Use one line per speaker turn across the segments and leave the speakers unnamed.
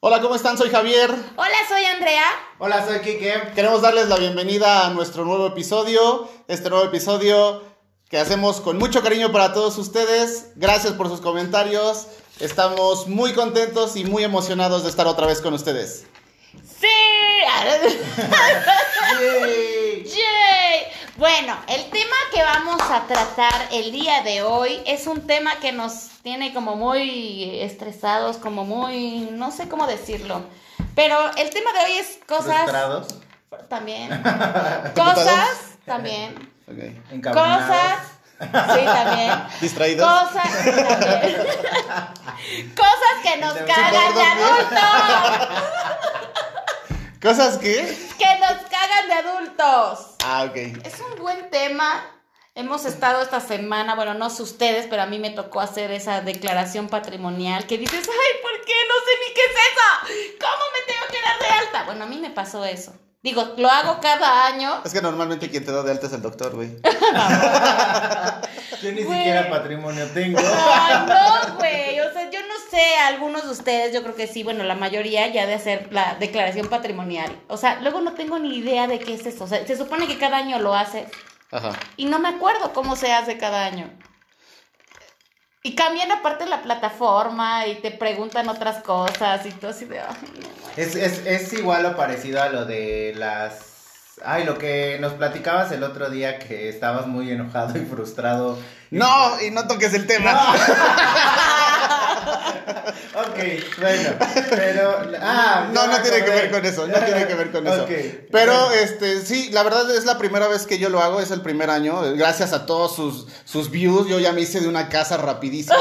Hola, ¿cómo están? Soy Javier.
Hola, soy Andrea.
Hola, soy Kike.
Queremos darles la bienvenida a nuestro nuevo episodio, este nuevo episodio que hacemos con mucho cariño para todos ustedes. Gracias por sus comentarios. Estamos muy contentos y muy emocionados de estar otra vez con ustedes.
¡Sí!
Yay.
¡Yay! Bueno, el tema que vamos a tratar el día de hoy es un tema que nos tiene como muy estresados, como muy, no sé cómo decirlo. Pero el tema de hoy es cosas...
Frustrados,
También. cosas, también.
Ok.
encabronados.
Cosas. Sí, también.
¿Distraídos?
Cosas, sí, también. cosas que nos
Sí,
cagan de
gordos,
adultos.
¿Cosas qué?
Que nos cagan de adultos.
Ah, ok.
Es un buen tema. Hemos estado esta semana, bueno, no sé ustedes, pero a mí me tocó hacer esa declaración patrimonial que dices, ay, ¿por qué? No sé ni qué es eso. ¿Cómo me tengo que dar de alta? Bueno, a mí me pasó eso. Digo, lo hago cada año.
Es que normalmente quien te da de alta es el doctor, güey.
Yo ni
Güey.
siquiera patrimonio tengo.
Ay, no, güey. O sea, yo no sé, algunos de ustedes, yo creo que sí, bueno, la mayoría ya de hacer la declaración patrimonial. O sea, luego no tengo ni idea de qué es eso. O sea, se supone que cada año lo haces.
Ajá.
Y no me acuerdo cómo se hace cada año. Y cambian aparte la plataforma y te preguntan otras cosas y todo así de... "Ay, no, güey".
Es, es, es igual o parecido a lo de las... Ay, lo que nos platicabas el otro día que estabas muy enojado y frustrado.
No, y no toques el tema.
Ok, bueno, pero... Ah,
No,
ya me
no tiene que
acordé.
ver con eso, no tiene que ver con eso.
Ok.
Pero, este, sí, la verdad es la primera vez que yo lo hago, es el primer año. Gracias a todos sus, sus views, yo ya me hice de una casa rapidísimo.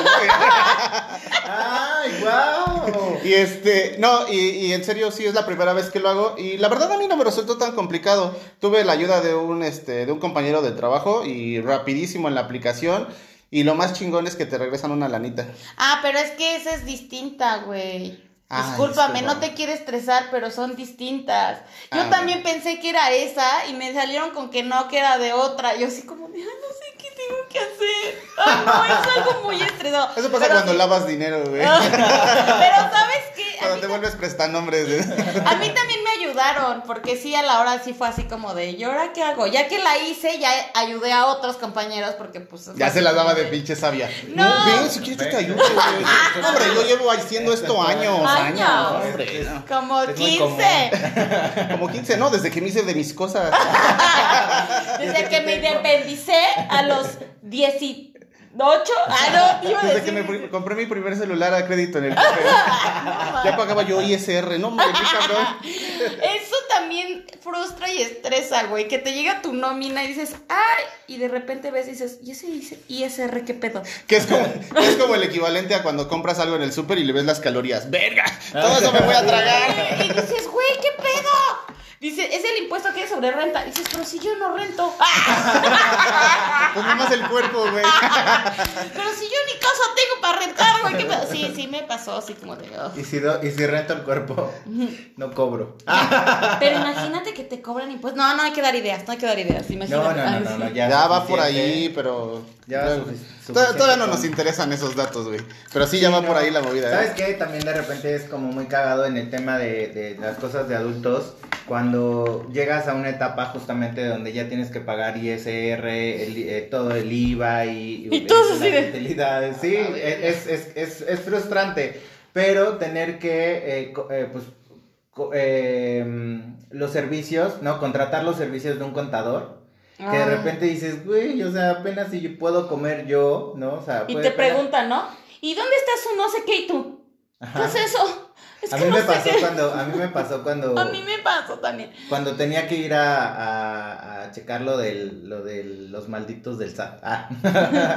¡Ay, wow!
y este, no, y, y en serio, sí, es la primera vez que lo hago. Y la verdad a mí no me resultó tan complicado. Tuve la ayuda de un, este, de un compañero de trabajo y rapidísimo en la aplicación. Y lo más chingón es que te regresan una lanita.
Ah, pero es que esa es distinta, güey.
Ay,
Discúlpame,
disculpa.
no te quiero estresar, pero son distintas. Yo
Ah,
también pensé que era esa y me salieron con que no, que era de otra. Yo así como, de, "Ay, no sé qué tengo que hacer. Ay, no, es algo muy estresado.
Eso pasa
Pero
cuando
sí.
lavas dinero, güey.
pero ¿sabes qué? A
cuando
mí
te vuelves prestanombres. güey.
A mí también me ayudaron, porque sí, a la hora sí fue así como de, ¿y ahora qué hago? Ya que la hice, ya ayudé a otros compañeros porque pues...
Ya se las daba de pinche sabia.
No.
Ven, si quieres yo te ayudo, güey. No, Hombre, yo llevo haciendo esto años.
Años.
hombre. no.
Como
Es muy
15.
común.
Como 15, no, desde que me hice de mis cosas.
Desde que me independicé a los 18. Ah, no, iba a
Desde que
decir-
me fui- compré mi primer celular a crédito en el café. Ya pagaba yo ISR, no, hombre, qué cabrón.
Eso también frustra y estresa, güey. Que te llega tu nómina y dices, ¡ay! Y de repente ves y dices, ¿y ese ISR qué pedo?
Que es como, que es como el equivalente a cuando compras algo en el súper y le ves las calorías. ¡Verga! Todo eso me voy a tragar.
Y dices, güey, ¿qué pedo? Dice, es el impuesto que hay sobre renta. Dices, pero si yo no rento. ¡Ah!
Pues nomás el cuerpo, güey.
Pero si yo ni casa tengo para rentar, güey. ¿qué pedo? Sí, sí, me pasó así como de. "Oh". "Ugh".
¿Y si, do- y si rento el cuerpo, no cobro.
Pero imagínate que te cobran impuestos. No, no hay que dar ideas, no hay que dar ideas. Imagínate.
No, no, no, no, no,
Ay,
Ya,
Ya
va por
suficiente.
ahí, pero.
Ya va
luego.
sufic-
Tod- Todavía no
suficiente
nos
con-
interesan esos datos, güey. Pero sí, ya va
Sí,
por
no.
ahí la movida.
¿Sabes
¿eh?
qué? También de repente es como muy cagado en el tema de, de las cosas de adultos. Cuando llegas a una etapa justamente donde ya tienes que pagar ISR, el i- eh, todo el IVA y,
Y todos así de-
las utilidades. Sí,
A la verga.
es, es- es- es frustrante. Pero tener que, eh, co- eh, pues, co- eh, los servicios, ¿no? Contratar los servicios de un contador. Que de
Ah.
repente dices, güey, o sea, apenas si yo puedo comer yo, ¿no? O sea,
Ah, Y
puede-
te
apenas-
preguntan, ¿no? ¿Y dónde está su no sé qué y tú? ¿Qué
Ajá.
es eso? Es
a
que
mí
no
me
sé
pasó
qué.
cuando a mí me pasó cuando
A mí me pasó también.
cuando tenía que ir a, a- a checar lo del lo de los malditos del SAT Ah.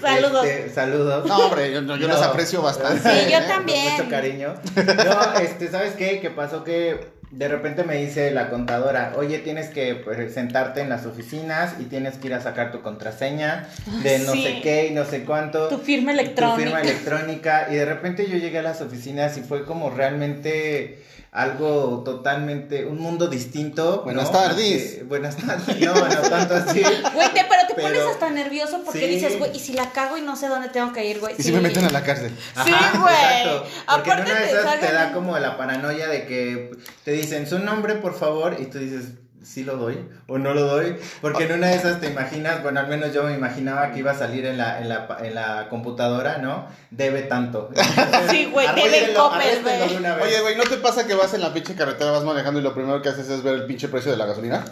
Saludos.
Este, saludos
No, hombre, yo, yo los
No.
aprecio bastante.
Sí, yo
¿eh?
también.
con mucho cariño no este sabes qué que pasó que de repente me dice la contadora, oye, tienes que pues, sentarte en las oficinas y tienes que ir a sacar tu contraseña de no
Sí.
sé qué y no sé cuánto.
Tu firma
Tu
electrónica.
firma electrónica. Y de repente yo llegué a las oficinas y fue como realmente algo totalmente, un mundo distinto.
Buenas
¿no?
tardes.
Porque- buenas tardes. No, no tanto así.
Güey, te- pero te te
Pero-
pones hasta nervioso porque
Sí.
dices, güey, y si la cago y no sé dónde tengo que ir, güey.
Y si me meten a la cárcel.
Sí,
Ajá,
güey.
exacto. Porque en
Aparte
una de
te
esas te
sacan-
da como la paranoia de que te dicen su nombre, por favor, y tú dices, sí lo doy o no lo doy. Porque en una de esas te imaginas, bueno, al menos yo me imaginaba que iba a salir en la, en la, pa- en la computadora, ¿no? Debe tanto.
Sí, güey, debe
Arréstenlo,
copper,
arréstenlo
güey.
de una vez.
Oye, güey, ¿no te pasa que vas en la pinche carretera, vas manejando y lo primero que haces es ver el pinche precio de la gasolina?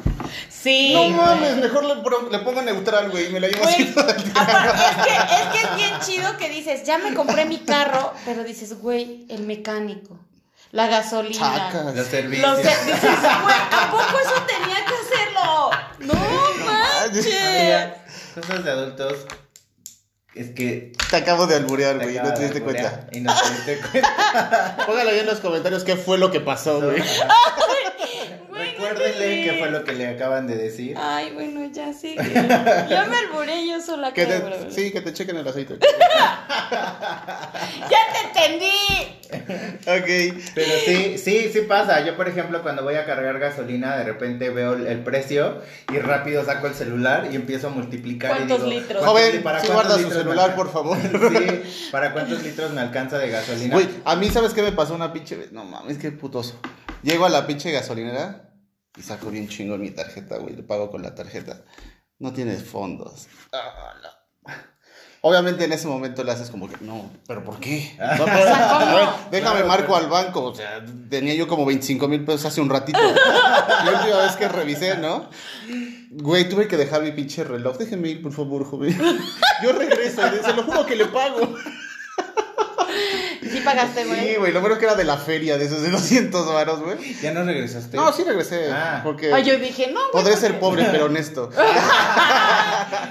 Sí.
No
güey.
mames, mejor le, pro- le pongo neutral, güey, y me la llevo
Güey,
así.
aparte, es, que, es que es bien chido que dices, ya me compré mi carro, pero dices, güey, el mecánico, la gasolina.
Chacas.
los servicios.
Los de- dices, güey, ¿a poco eso tenía que hacerlo? No manches.
Amiga, Cosas de adultos. Es que
Te acabo de alburear,
te
güey, no
acaba
te
de
diste cuenta.
alburear Y no te diste cuenta.
Póngalo ahí en los comentarios qué fue lo que pasó, güey.
Güey, no
Recuérdenle
entendí.
qué fue lo que le acaban de decir.
Ay, bueno, ya sí. Yo me alburé yo sola.
Que
cabrón.
te, sí, que te chequen el aceite.
¡Ya te entendí!
ok.
Pero sí, sí, sí pasa. Yo, por ejemplo, cuando voy a cargar gasolina, de repente veo el, el precio y rápido saco el celular y empiezo a multiplicar. y
¿Cuántos
digo,
litros?
¿cuántos-
Joven, sí
cuántos
guarda su
litros me
celular,
alca-
por favor.
sí, ¿para cuántos litros me alcanza de gasolina?
Güey, a mí, ¿sabes qué me pasó una pinche vez? No mames, qué putoso. Llego a la pinche gasolinera y saco bien chingo mi tarjeta, güey. Lo pago con la tarjeta. No tienes fondos. Ah, la- Obviamente en ese momento le haces como que, no, pero ¿por qué? No, pero- a ver, déjame
Claro,
marco
pero-
al banco. O sea, tenía yo como 25 mil pesos hace un ratito. La última vez que revisé, ¿no? Güey, tuve que dejar mi pinche reloj. Déjeme ir, por favor, joven. Yo regreso, se lo juro que le pago.
Sí pagaste, güey.
Sí, güey, lo bueno que era de la feria, de esos de 200 varos, güey.
¿Ya no regresaste?
No, sí regresé,
Ah.
porque
Ay, yo dije, no, güey.
podré ser pobre, pero honesto.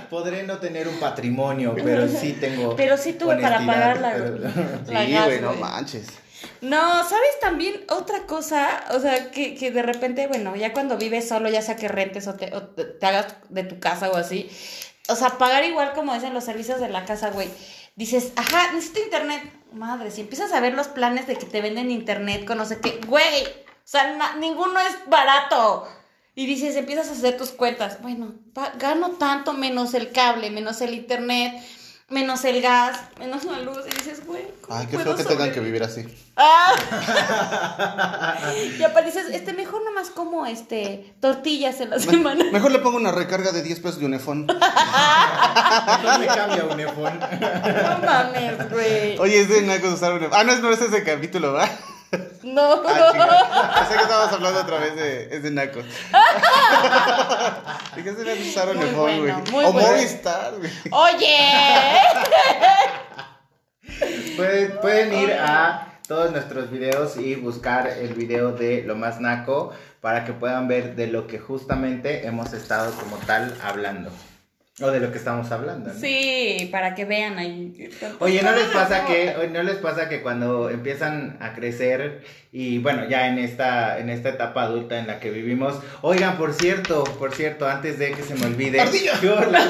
Podré no tener un patrimonio, pero sí tengo.
Pero sí tuve para
honestidad,
pagarla,
pero-
Sí,
La gas,
güey, no
güey.
manches.
No, ¿sabes también otra cosa? O sea, que, que de repente, bueno, ya cuando vives solo, ya sea que rentes o te, o te- te hagas de tu casa o así. O sea, pagar igual como dicen los servicios de la casa, güey. Dices, ajá, necesito internet. Madre, si empiezas a ver los planes de que te venden internet con no sé qué, güey. O sea, na- ninguno es barato. Y dices, empiezas a hacer tus cuentas. Bueno, pa- gano tanto menos el cable, menos el internet, menos el gas, menos la luz. Y dices, güey, ¿cómo
Ay, qué
puedo
feo que tengan
sobrevivir?
que vivir así.
Ah. y apareces, este, mejor nomás como este tortillas en la semana.
Mejor le pongo una recarga de 10 pesos de unefón.
Mejor me cambio a un iPhone.
No mames, güey.
Oye, es de nacos usar unefón. Ah, no, es- no es ese capítulo, ¿verdad?
No.
Ah, chinga. Pensé que estábamos hablando otra vez de, es de nacos. Dije, es de nacos usar
Muy
unefón, güey.
bueno, muy
O
bueno.
Movistar, güey.
Oye.
Pueden, pueden ir a todos nuestros videos y buscar el video de lo más naco para que puedan ver de lo que justamente hemos estado como tal hablando. O de lo que estamos hablando. ¿no?
Sí, para que vean ahí.
Oye, ¿no les pasa que oye, no les pasa que cuando empiezan a crecer y bueno, ya en esta en esta etapa adulta en la que vivimos, oigan, por cierto, por cierto, antes de que se me olvide, yo la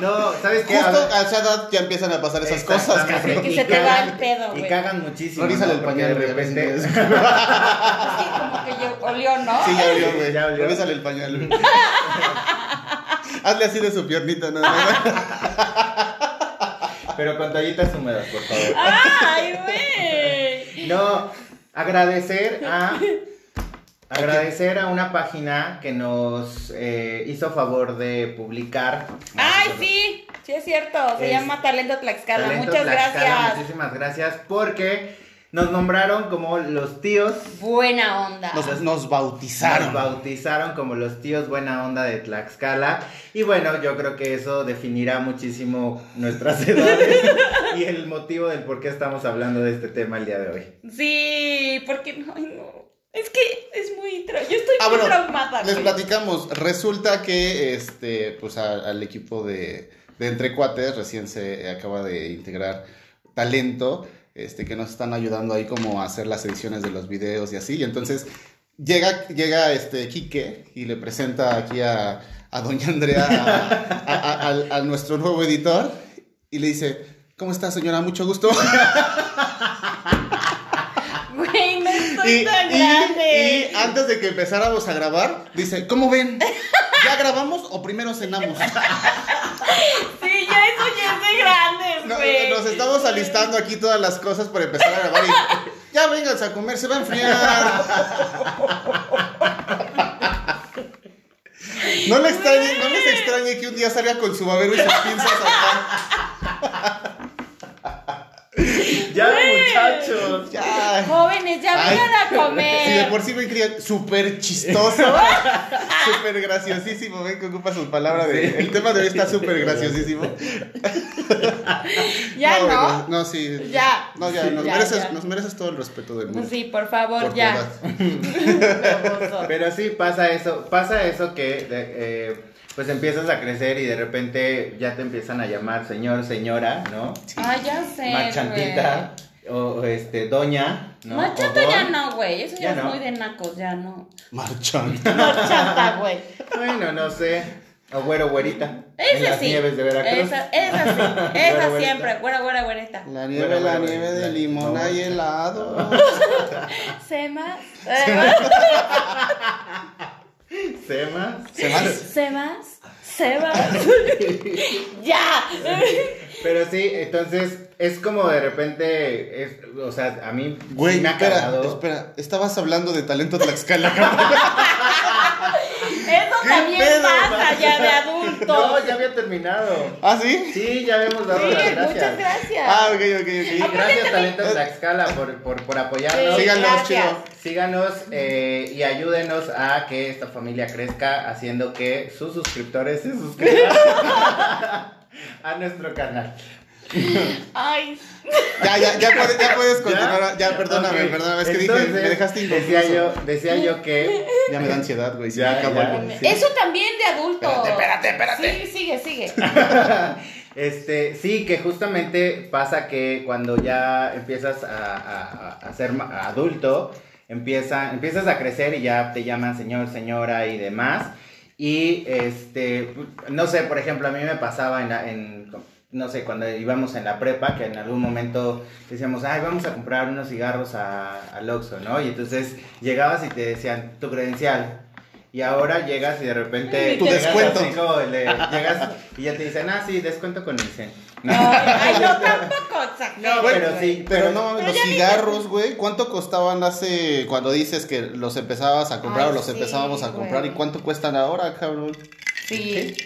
No, ¿sabes qué?
Justo
Habla-
a esa edad ya empiezan a pasar esas cosas,
Exactamente.
cabrón.
Que
Y
se te va el
cagan-
pedo, güey.
Y cagan muchísimo.
Revísale
¿no?
el
Porque
pañal,
de
güey, a ver si
repente.
puedes.
Sí, como que yo olió, ¿no?
Sí, ya olió,
Sí,
güey.
ya olió.
Revísale el pañal. güey. Hazle así de su piernita, ¿no?
Pero con toallitas húmedas, por favor.
Ay, güey.
No, agradecer a. Agradecer a una página que nos eh, hizo favor de publicar.
Ay, sí. Sí es cierto. Se
Es-
llama Talento Tlaxcala.
Talento
Muchas
Tlaxcala,
gracias.
Muchísimas gracias porque nos nombraron como los tíos.
Buena onda.
Nos, nos
Nos
bautizaron.
bautizaron como los tíos buena onda de Tlaxcala. Y bueno, yo creo que eso definirá muchísimo nuestras edades y el motivo del por qué estamos hablando de este tema el día de hoy.
Sí, porque no, ay, no. Es que es muy tra- Yo estoy
Ah,
muy
bueno,
traumada.
les
güey.
platicamos. Resulta que, este, pues a- al equipo de, de Entre Cuates recién se acaba de integrar talento, este, que nos están ayudando ahí como a hacer las ediciones de los videos y así. Y entonces llega, llega este Quique y le presenta aquí a, a Doña Andrea, a, a- a- al- a nuestro nuevo editor, y le dice, ¿cómo está señora? Mucho gusto.
Güey, no estoy
Y,
tan
y-
grande.
y antes de que empezáramos a grabar, dice, ¿cómo ven? ¿Ya grabamos o primero cenamos?
Sí, ya eso ya es de grandes,
No,
güey.
nos estamos alistando aquí todas las cosas para empezar a grabar y ya vénganse a comer, se va a enfriar. No, le extrañe, no les extrañe que un día salga con su babero y sus pinzas acá.
Ya,
Güey.
muchachos.
Ya.
Jóvenes, ya
Ay.
vengan a
Si de
comer.
por sí me creían súper chistoso, súper graciosísimo, ven que ocupa sus palabras. de-
Sí.
El tema de hoy está súper graciosísimo.
Ya no.
bueno, No, sí.
Ya.
No, ya, nos,
Ya,
mereces,
ya.
nos mereces todo el respeto del mundo.
Sí, por
por
favor,
tu
ya.
edad.
Baboso.
Pero sí pasa eso, pasa eso que de- eh, pues empiezas a crecer y de repente ya te empiezan a llamar señor, señora, ¿no?
Ah, ya sé.
Marchantita o, o, este doña,
güey.
¿no?
Marchanta
O don.
ya no, güey. Eso ya,
Ya
es
no.
muy de nacos, ya no.
Marchando.
Marchanta, güey.
Bueno, no sé. O güero, güerita. en
Esa
las
sí.
nieves de Veracruz.
Esa, esa sí.
Güera,
Esa
güerita.
siempre. Güera, güera, güerita.
La nieve,
Bueno,
la
bueno,
nieve
bueno,
de
la-
limón
no.
y helado.
Sema.
Semas.
Semas.
Semas. Semas. ya.
Pero sí, entonces es como de repente, es, o sea, a mí sí
Güey,
me ha
espera,
cagado.
espera. Estabas hablando de talento Tlaxcala. cabrón.
Eso
¿Qué
también
pedo,
pasa ya de
No,
adultos.
ya había terminado.
¿Ah, sí?
Sí, ya habíamos dado
sí,
las gracias.
muchas gracias.
Ah, ok, ok,
Sí,
ok.
gracias Talento Tlaxcala por, por, por apoyarnos.
Sí,
Síganlos,
gracias.
chido.
Síganos eh, y ayúdenos a que esta familia crezca haciendo que sus suscriptores se suscriban a nuestro canal.
Ay,
Ya, ya, ya puedes, ya puedes continuar.
¿Ya?
Ya, perdóname,
Ok.
perdóname. Es que dije,
Entonces,
me dejaste inconcluso.
Decía yo, decía yo que
Ya me da ansiedad, güey. Ya,
Ya,
me acabo
ya.
algo.
Sí.
Eso también de adulto.
Espérate, espérate, espérate.
Sí, sigue, sigue.
Este, sí, que justamente pasa que cuando ya empiezas a, a- a- a ser ma- adulto, empieza, empiezas a crecer y ya te llaman señor, señora y demás. Y este, no sé, por ejemplo, a mí me pasaba en, la- en no sé, cuando íbamos en la prepa, que en algún momento decíamos, ay, vamos a comprar unos cigarros a, al Oxxo, ¿no? Y entonces llegabas y te decían, tu credencial. Y ahora llegas y de repente...
Tu
llegas
descuento.
así como le- llegas y ya te dicen, ah, sí, descuento con el 100.
No, ay, no, tampoco. exagero,
No, pero
güey.
sí.
Pero no mames,
Pero
los
ya ni-
cigarros, güey, ¿cuánto costaban hace cuando dices que los empezabas a comprar
Ay,
o los
sí,
empezábamos a comprar?
güey.
¿Y cuánto cuestan ahora, cabrón?
Sí.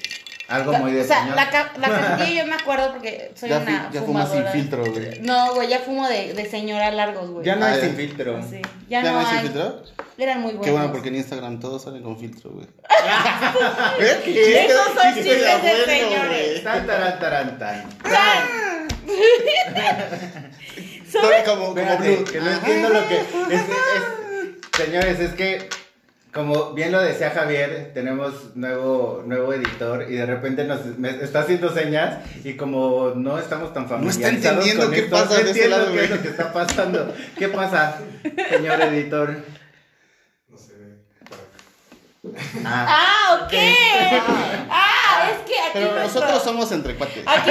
Algo muy de
o sea,
señor.
la, ca- la cajetilla yo me acuerdo porque soy
Ya,
una
fi- ya fumas
fumadora.
sin filtro, güey.
No, güey, ya fumo de, de señora largos, güey.
Ya no hay
Ah,
sin
ya.
filtro.
Sí, ya, no,
hay
hay.
sin filtro?
Eran muy buenos.
Qué bueno, porque en Instagram todo sale con filtro, güey.
Esos son chistes de
abuelo,
señores.
güey.
Tan, taran, taran, tan.
Son como, como
Espérate,
Blue.
que no entiendo lo que. es que- es- señores, es que. Como bien lo decía Javier, tenemos nuevo, nuevo editor y de repente nos me está haciendo señas y como no estamos tan
No está
familiarizados
entendiendo
con
qué
esto,
pasa
no
de ese
entiendo
lado,
qué es
güey.
lo que está pasando. ¿Qué pasa, señor editor?
No sé.
Ah,
Ah, ok. Ah, es que aquí.
Pero
nuestro-
nosotros somos entre cuates.
Aquí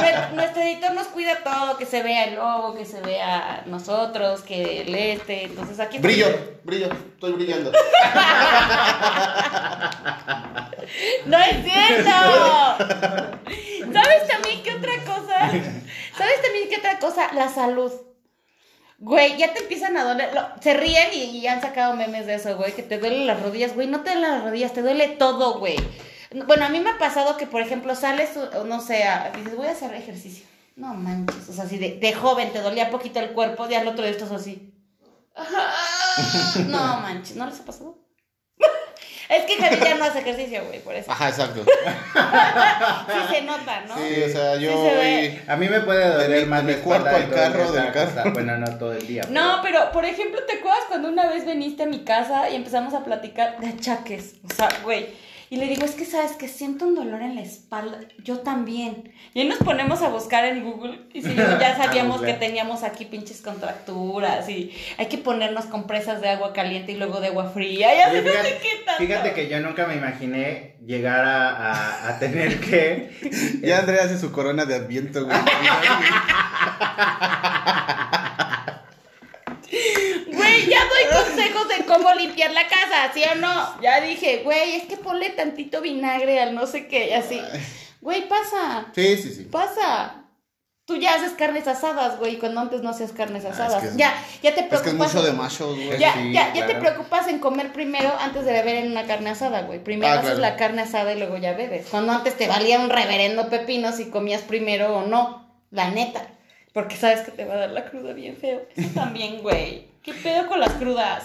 nuestro- nuestro editor nos cuida todo, que se vea el logo, que se vea nosotros, que el este, entonces aquí
Brillo, brillo, estoy brillando.
No es cierto. ¿Sabes también qué otra cosa? ¿Sabes también qué otra cosa? La salud. Güey, ya te empiezan a doler. lo- se ríen y, y han sacado memes de eso, güey, que te duelen las rodillas, güey. No te duelen las rodillas, te duele todo, güey. Bueno, a mí me ha pasado que, por ejemplo, sales, o- o no sé, a- dices, voy a hacer ejercicio. No manches, o sea, así de, de joven te dolía poquito el cuerpo, ya al otro día estás así. No manches, ¿no les ha pasado? Es que Javier ya no hace ejercicio, güey, por eso.
Ajá, exacto.
Sí
Ah,
se nota, ¿no?
Sí, o sea, yo
Sí se ve.
voy.
a mí me puede
De
doler
mi-
más
de
mi
mi cuarto
espalda
al
de todo
carro,
el día
del
estar
carro.
acostada. Bueno, no todo el día.
No, pero por ejemplo, ¿te acuerdas cuando una vez viniste a mi casa y empezamos a platicar de achaques? O sea, güey. Y le digo, es que sabes que siento un dolor en la espalda. Yo también. Y ahí nos ponemos a buscar en Google. Y si yo ya sabíamos que
googlear.
teníamos aquí pinches contracturas. Y hay que ponernos compresas de agua caliente y luego de agua fría. Ya
Oye,
sabes
fíjate,
qué tanto.
fíjate que yo nunca me imaginé llegar a, a- a tener que.
Ya Andrea hace su corona de adviento, güey.
Güey, ya doy consejos hablemos de cómo limpiar la casa, ¿sí o no? Ya dije, güey, es que ponle tantito vinagre al no sé qué, y así. Güey, pasa,
Sí, sí, sí.
pasa. Tú ya haces carnes asadas, güey, cuando antes no hacías carnes
Ah, es
asadas.
que es-
ya, ya te
Es que es
preocupas.
mucho de machos, güey.
pues Ya,
Pues Sí,
ya, ya te
claro.
preocupas en comer primero antes de beber en una carne asada, güey. Primero
Ah,
haces
claro.
la carne asada y luego ya bebes. Cuando antes te valía un reverendo pepino si comías primero o no, la neta. Porque sabes que te va a dar la cruda bien feo. Eso también, güey. ¿Qué pedo con las crudas?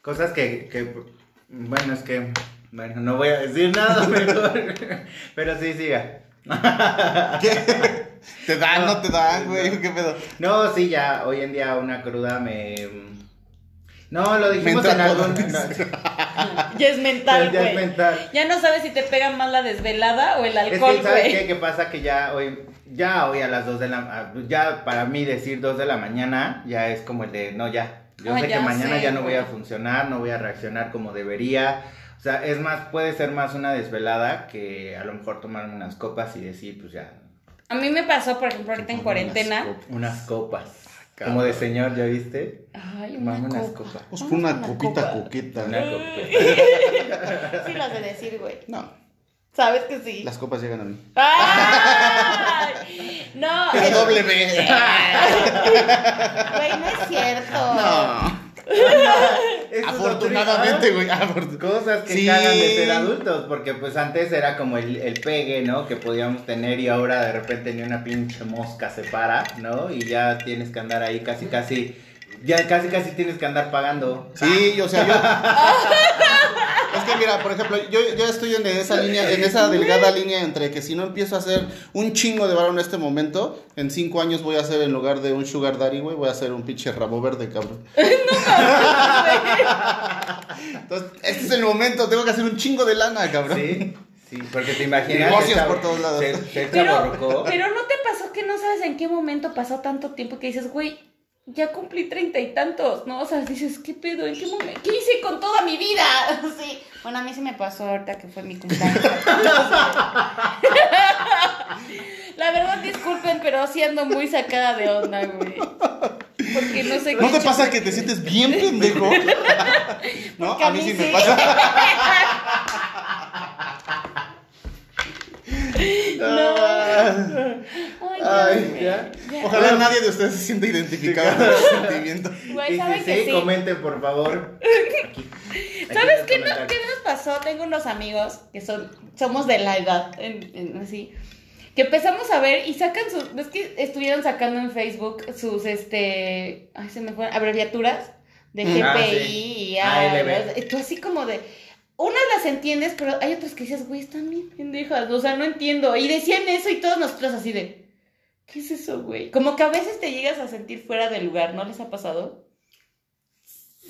Cosas que, que, bueno, es que, bueno, no voy a decir nada mejor, pero sí, siga.
¿Qué? ¿Te dan, no te dan,
No.
güey? ¿Qué pedo?
No, sí, ya, hoy en día una cruda me... No, lo dijimos
entró
en algún...
todo.
no,
Ya es mental,
Ah, ya es
güey.
mental.
Ya no sabes si te pega más la desvelada o el
Es
alcohol,
que, ¿sabes
güey.
qué? ¿Qué pasa? Que ya hoy, ya hoy a las 2 de la... a- Ya para mí decir 2 de la mañana ya es como el de, no, ya. Yo
Ah,
sé
ya
que mañana
sé,
ya no voy a
güey.
funcionar, no voy a reaccionar como debería. O sea, es más, puede ser más una desvelada que a lo mejor tomar unas copas y decir, pues ya,
A mí me pasó, por ejemplo, ahorita en cuarentena.
unas copas.
Cabrón.
Como de señor, ¿ya viste?
Ay, una
Vamos unas
copa.
copas.
Pues con una
Una
copita
copa.
coqueta.
Una
¿no?
copa.
Sí lo has de decir, güey.
No,
Sabes que sí.
las copas llegan a mí.
¡Ay! No.
Pero doble B.
Güey, no es cierto.
No.
Eso es otro-
Ah. Afortunadamente, güey. Ah, afortun-
Cosas que
Sí.
cagan de ser adultos, porque pues antes era como el, el pegue, ¿no? Que podíamos tener y ahora de repente ni una pinche mosca se para, ¿no? Y ya tienes que andar ahí casi casi, ya casi casi tienes que andar pagando.
Sí, o sea, yo. Es que mira, por ejemplo, yo, yo estoy en esa línea, en esa delgada línea entre que si no empiezo a hacer un chingo de varón en este momento, en cinco años voy a ser en lugar de un sugar daddy, güey, voy a ser un pinche rabo verde, cabrón. Entonces, este es el momento, tengo que hacer un chingo de lana, cabrón.
Sí, sí, porque te imaginas.
Negocios
se chavo-
por todos lados.
Se, se
Pero,
chaborrucó.
pero no te pasó que no sabes en qué momento pasó tanto tiempo que dices, güey, ya cumplí treinta y tantos, ¿no? O sea, dices, ¿qué pedo? ¿En qué momento? ¿Qué hice con toda mi vida? Sí. Bueno, a mí sí me pasó ahorita que fue mi cumpleaños. La verdad, disculpen, pero siendo muy sacada de onda, güey. Porque no sé
¿No
qué
te pasa que te sientes bien pendejo? No,
Porque
a mí sí me pasa.
Ay,
Ay,
Dios
ya.
mío. Ya.
Ojalá nadie de ustedes se sienta identificado con ese sentimiento.
Güey,
Y si
¿saben
sí,
que sí?
comenten por favor. Aquí. Aquí en
¿Sabes
los
qué, no-
comentarios.
qué nos pasó? Tengo unos amigos que son, somos de la edad, en- en- así, que empezamos a ver y sacan sus, ves que estuvieron sacando en Facebook sus, este, ay, se me fueron, abreviaturas de
Mm.
GPI y
Ah, sí.
ALB.
ALB.
Tú así como de, unas las entiendes, pero hay otras que dices, güey, están bien pendejas, o sea, no entiendo. Y decían eso y todos nosotros así de, ¿qué es eso, güey? Como que a veces te llegas a sentir fuera de lugar, ¿no les ha pasado?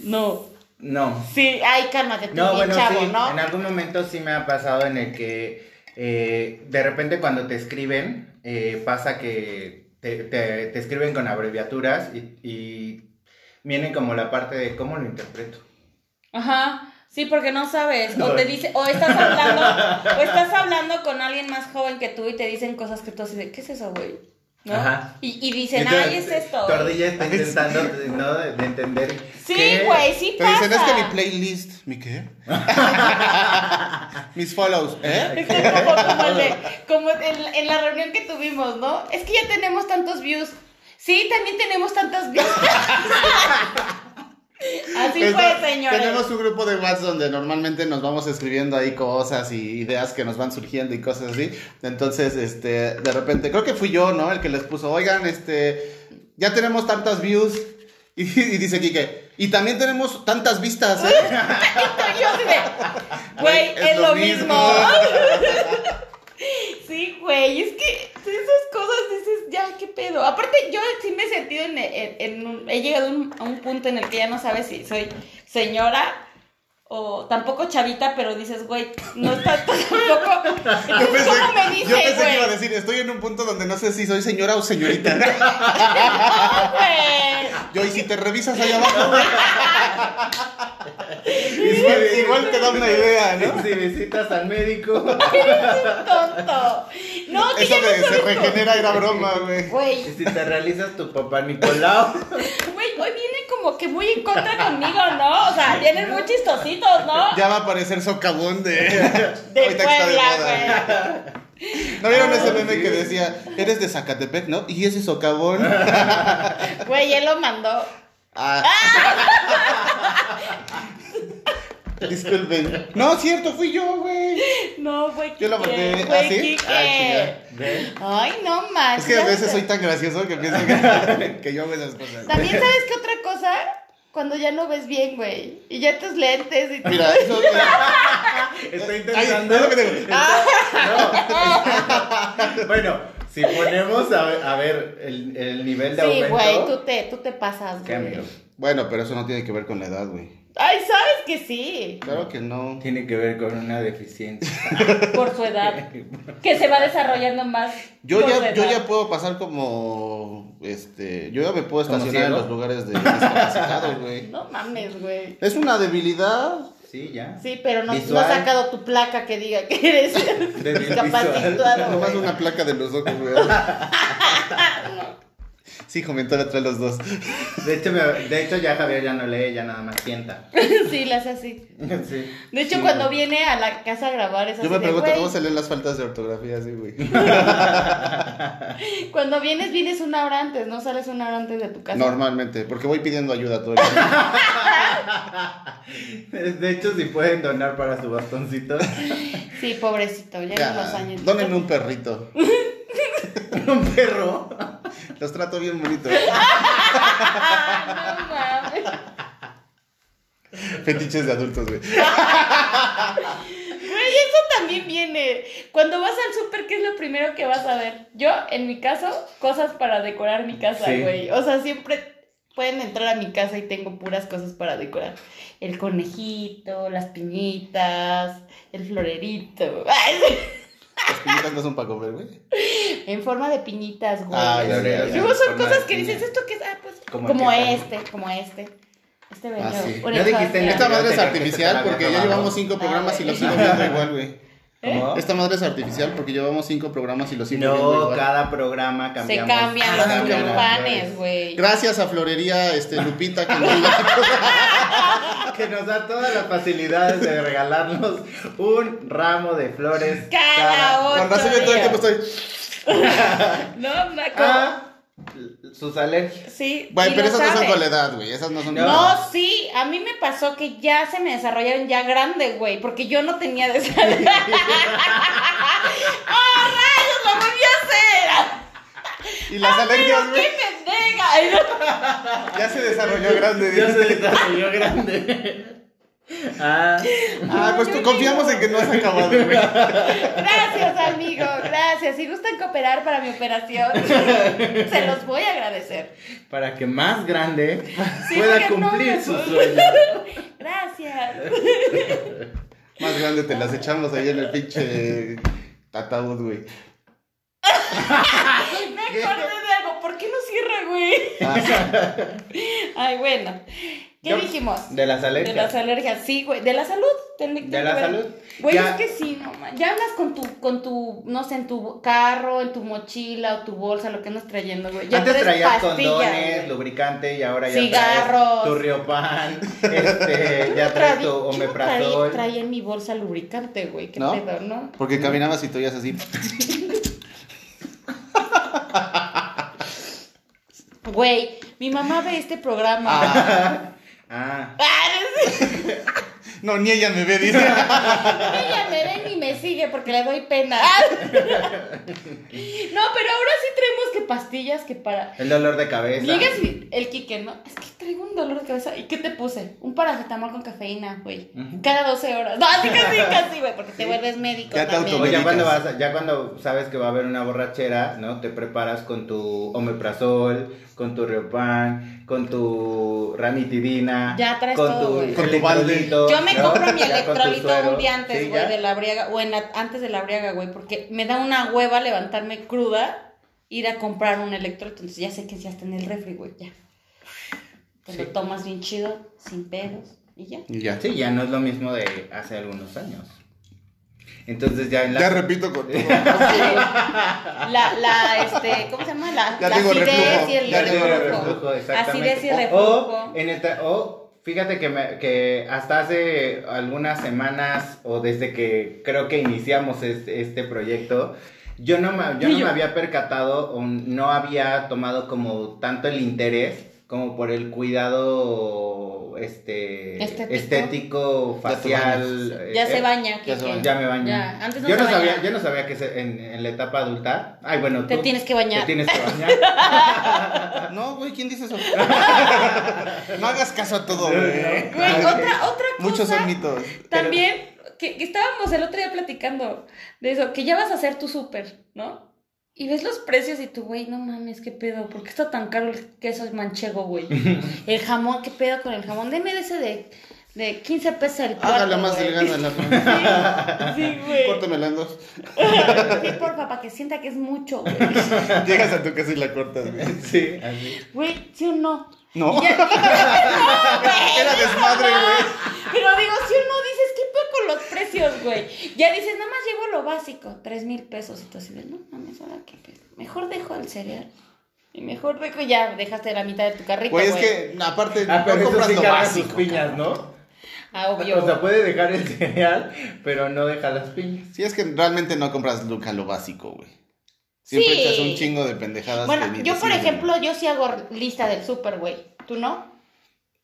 No.
No.
Sí, ay, cálmate, tú
No,
bien
bueno,
chavo,
sí,
¿no?
en algún momento sí me ha pasado en el que eh, de repente cuando te escriben, eh, pasa que te, te- te escriben con abreviaturas y, y viene como la parte de cómo lo interpreto.
Ajá. Sí, porque no sabes. O te dice, o estás hablando, o estás hablando con alguien más joven que tú y te dicen cosas que tú así de, ¿qué es eso, güey? ¿No?
Ajá.
Y, y dicen,
Entonces,
ay, es esto.
Tordilla está intentando ¿no? de, de entender.
Sí,
qué-
güey, sí
Te
pasa.
dicen, es que mi playlist, ¿mi qué? Mis follows, ¿eh?
Es como, como el de- como en, en la reunión que tuvimos, ¿no? Es que ya tenemos tantos views. Sí, también tenemos tantas views. así
Esta-
fue, señores.
Este, Tenemos un grupo de WhatsApp donde normalmente nos vamos escribiendo ahí cosas y ideas que nos van surgiendo y cosas así. Entonces, este, de repente, creo que fui yo, ¿no? El que les puso, oigan, este, ya tenemos tantas views. Y, y dice Kike, y también tenemos tantas vistas, ¿eh?
Y yo así de, güey, es, lo mismo. sí, güey, es que esas cosas dices, ya, qué pedo. Aparte, yo sí me he sentido en, en- en un- he llegado a un- a un punto en el que ya no sabes si soy señora o tampoco chavita, pero dices, güey, no está tampoco. Entonces, ¿cómo me dices,
yo pensé que iba a
güey?
decir, estoy en un punto donde no sé si soy señora o señorita.
No, güey.
Yo, y si te revisas ahí abajo, igual, igual te da una idea, ¿no?
Si visitas al médico.
Tonto. No, que
Eso
ya
de
no
se
sabes.
regenera era broma, güey.
Güey,
y si te realizas tu papá Nicolau.
Güey, hoy viene como que muy en contra conmigo, ¿no? O sea, vienen muy chistositos, ¿no?
Ya va a aparecer socavón de.
De
ahorita que está de moda.
Puebla, güey.
¿No vieron ese
Ah,
meme
sí.
que decía, eres de Zacatepec, no? Y ese socavón.
Güey, él lo mandó.
Ah. Disculpen. No, cierto, fui yo, güey.
No, güey.
Yo lo
Quique,
mandé. ¿Ah,
Güey,
sí?
Quique.
Ah,
¿Ves?
Ay, no más.
Es que a veces soy tan gracioso que pienso que, que yo hago esas cosas.
También sabes que otra cosa, cuando ya no ves bien, güey. Y ya tus lentes y
Mira, eso.
Estoy
Ay,
intentando.
es lo que te-
Ah.
No. bueno, si ponemos a, a ver el, el nivel de
Sí,
aumento.
güey, tú te, tú te pasas,
¿Qué,
güey.
amigo?
Bueno, pero eso no tiene que ver con la edad, güey.
Ay, sabes que sí.
Claro que no.
Tiene que ver con una deficiencia.
Por su edad. Que se va desarrollando más.
Yo
por su
ya,
edad.
yo ya puedo pasar como. Este. Yo ya me puedo
¿Como
estacionar en
ciego?
los lugares de discapacitados, güey.
No mames, güey.
Es una debilidad.
Sí, ya.
Sí, pero no, no
Visual.
has sacado tu placa que diga que eres
Débil visual.
discapacitado.
Nomás
güey.
una placa de los ojos, güey. Sí, comentó la trae los dos.
De hecho, me- de hecho, ya Javier ya no lee, ya nada más sienta.
Sí, las así.
Sí.
De hecho,
Sí,
cuando
güey.
viene a la casa a grabar es así
Yo me
de,
pregunto
güey,
cómo se leen las faltas de ortografía así, güey.
Cuando vienes, vienes una hora antes, no sales una hora antes de tu casa.
Normalmente, porque voy pidiendo ayuda todo el tiempo.
De hecho, si pueden donar para su bastoncito,
¿Eh? Sí, pobrecito, ya en unos
Ya,
años.
Donen un perrito.
un perro.
Los trato bien bonito.
No mames.
Fetiches de adultos, güey.
Güey, eso también viene. Cuando vas al súper, ¿qué es lo primero que vas a ver? Yo, en mi caso, cosas para decorar mi casa,
Sí.
güey. O sea, siempre pueden entrar a mi casa y tengo puras cosas para decorar. El conejito, las piñitas, el florerito. Ay, sí.
Las piñitas no son para comer, güey.
en forma de piñitas, güey.
Ah, ya, ya, ya.
Luego son
Forma de
cosas que
piña.
dices, ¿esto qué es? Ah, pues,
Como
como,
que-
este, como este. Este bello.
Ah, sí.
orejote.
Ya dijiste en la
Esta madre es
Anterior que se te
artificial
la
porque
había
ya
robado.
llevamos cinco programas y lo sigo
Ah,
viendo igual, güey.
¿Cómo?
Esta madre es artificial porque llevamos cinco programas y lo sigo viendo
No,
igual.
cada programa
Se
cambiamos.
cambian los
cambian las
panes, güey.
Gracias a Florería este, Lupita que nos da-
Que nos da todas las facilidades de regalarnos un ramo de flores
Cada hora.
Con razón yo todo el tiempo estoy.
No, ma- como-
a sus alergias.
Sí,
Ah. Güey,
y
pero
lo
esas no son
sabe.
con la edad, güey. Esas no son con la edad.
No, sí, a mí me pasó que ya se me desarrollaron ya grande, güey, porque yo no tenía de esa edad. ¡Oh, rayos! ¡Lo volví a hacer!
Y las alergias,
Ah, ¡Pero
güey,
qué pendeja! Ay, no.
ya se desarrolló grande.
Ya se
dice.
desarrolló grande. Ah,
Ah, pues
Ay,
tú
yo
confiamos
digo.
en que no has acabado, güey.
Gracias, amigo, gracias. Si gustan cooperar para mi operación, se los voy a agradecer.
para que más grande
Sí,
pueda
porque no
cumplir
me-
sus sueños.
Gracias. Pues
Más grande te las echamos ahí en el pinche ataúd, güey.
Me acordé de algo. ¿Por qué no cierra, güey? Ay, bueno. ¿Qué
Ah. Yo-
dijimos?
De las
De las
alergias.
alergias, sí, güey. De la salud. del Mick
De la
Jagger.
salud.
Güey,
Ya.
es que sí, no man. Ya andas con tu, con tu, no sé, en tu carro, en tu mochila o tu bolsa, lo que andas trayendo, güey. Ya
Antes
traes
traías
pastillas,
condones,
güey.
lubricante y ahora ya
Cigarros.
traes tu riopan, este,
Yo
ya
no
traes
traí-
tu
yo no
omeprazol.
traí- traía en mi bolsa lubricante, güey. Qué
¿No?
pedo, ¿no?
Porque caminabas y tú ibas así.
Güey, mi mamá ve este programa.
Ah,
No, ni ella me ve, dice.
Ella me ve ni me sigue porque le doy pena.
Ah.
no, pero ahora sí traemos que pastillas que para.
el dolor de cabeza.
Llegas y el Quique, ¿no? Es que traigo un dolor de cabeza. ¿Y qué te puse? Un paracetamol con cafeína, güey. Cada 12 horas. No, así casi, casi, güey, porque te vuelves médico
Ya te
también.
O
automedicas.
ya cuando, vas a- ya cuando sabes que va a haber una borrachera, ¿no? Te preparas con tu omeprazol, con tu riopan, con tu ranitidina.
Ya traes
con
todo, güey.
tu
Con tu balde.
electrolito,
Yo me
¿no?
compro mi
Ya con tu
electrolito
suero.
un día antes,
Sí,
güey,
ya.
de la briaga, o en la- antes de la briaga, güey, porque me da una hueva levantarme cruda, ir a comprar un electrolito, entonces ya sé que ya está en el refri, güey, ya. Te lo
Sí.
tomas bien chido, sin pedos, y ya.
Y ya.
Sí, ya no es lo mismo de hace algunos años. Entonces ya en la...
Ya repito con todo.
Este, La, la, este, ¿cómo se llama? La,
Ya
la
tengo
acidez
reflujo,
y el
ya tengo
reflujo.
reflujo,
exactamente.
Acidez y
O-
reflujo.
O, en el tra- o, fíjate que, me- que hasta hace algunas semanas o desde que creo que iniciamos es- este proyecto, yo no me, yo
Ni
no
yo.
me había percatado o no había tomado como tanto el interés como por el cuidado este
Estético.
estético,
Ya te
facial eh,
ya se
eh,
baña.
ya se
Kike.
baña.
ya me baño.
Ya, antes no
yo
se
no sabía,
bañaba.
yo no sabía que se- en, en la etapa adulta. Ay, bueno,
Te
tú
tienes que
te
bañar.
tienes que bañar.
No, güey, ¿quién dice eso? no hagas caso a todo, güey.
Güey, otra, otra cosa.
Muchos son mitos.
También, que, que estábamos el otro día platicando de eso, que ya vas a hacer tu súper, ¿no? Y ves los precios y tú, güey, no mames, qué pedo, ¿por qué está tan caro el queso manchego, güey? El jamón, qué pedo con el jamón, deme de ese de, de 15 pesos el plato,
Hágala más
güey.
delgada la
Sí, güey.
Córtamela en dos.
Sí, porfa, para que sienta que es mucho, güey.
Llegas a tu casa y la cortas. güey.
sí, así.
Güey, ¿sí o no?
No.
Ya-
Era desmadre, güey.
Pero digo, si uno dices, ¿qué peor con los precios, güey? Ya dices, nada más llevo lo básico, tres mil pesos. Y tú así de, no mames, ahora qué pedo. Mejor dejo el cereal. Y mejor dejo ya, dejaste la mitad de tu carrito, güey.
Güey, es que aparte
Ah, pero
no
eso
compras
sí
lo
carga sus
básico.
piñas, ¿no?
Ah, obvio.
O sea, puede dejar el cereal, pero no deja las piñas.
Si es que realmente no compras Luca lo básico, güey. Siempre
Sí.
echas un chingo de pendejadas. que
bueno,
ni
yo,
te
por
sirven.
ejemplo, yo sí hago lista del súper, güey. ¿Tú no?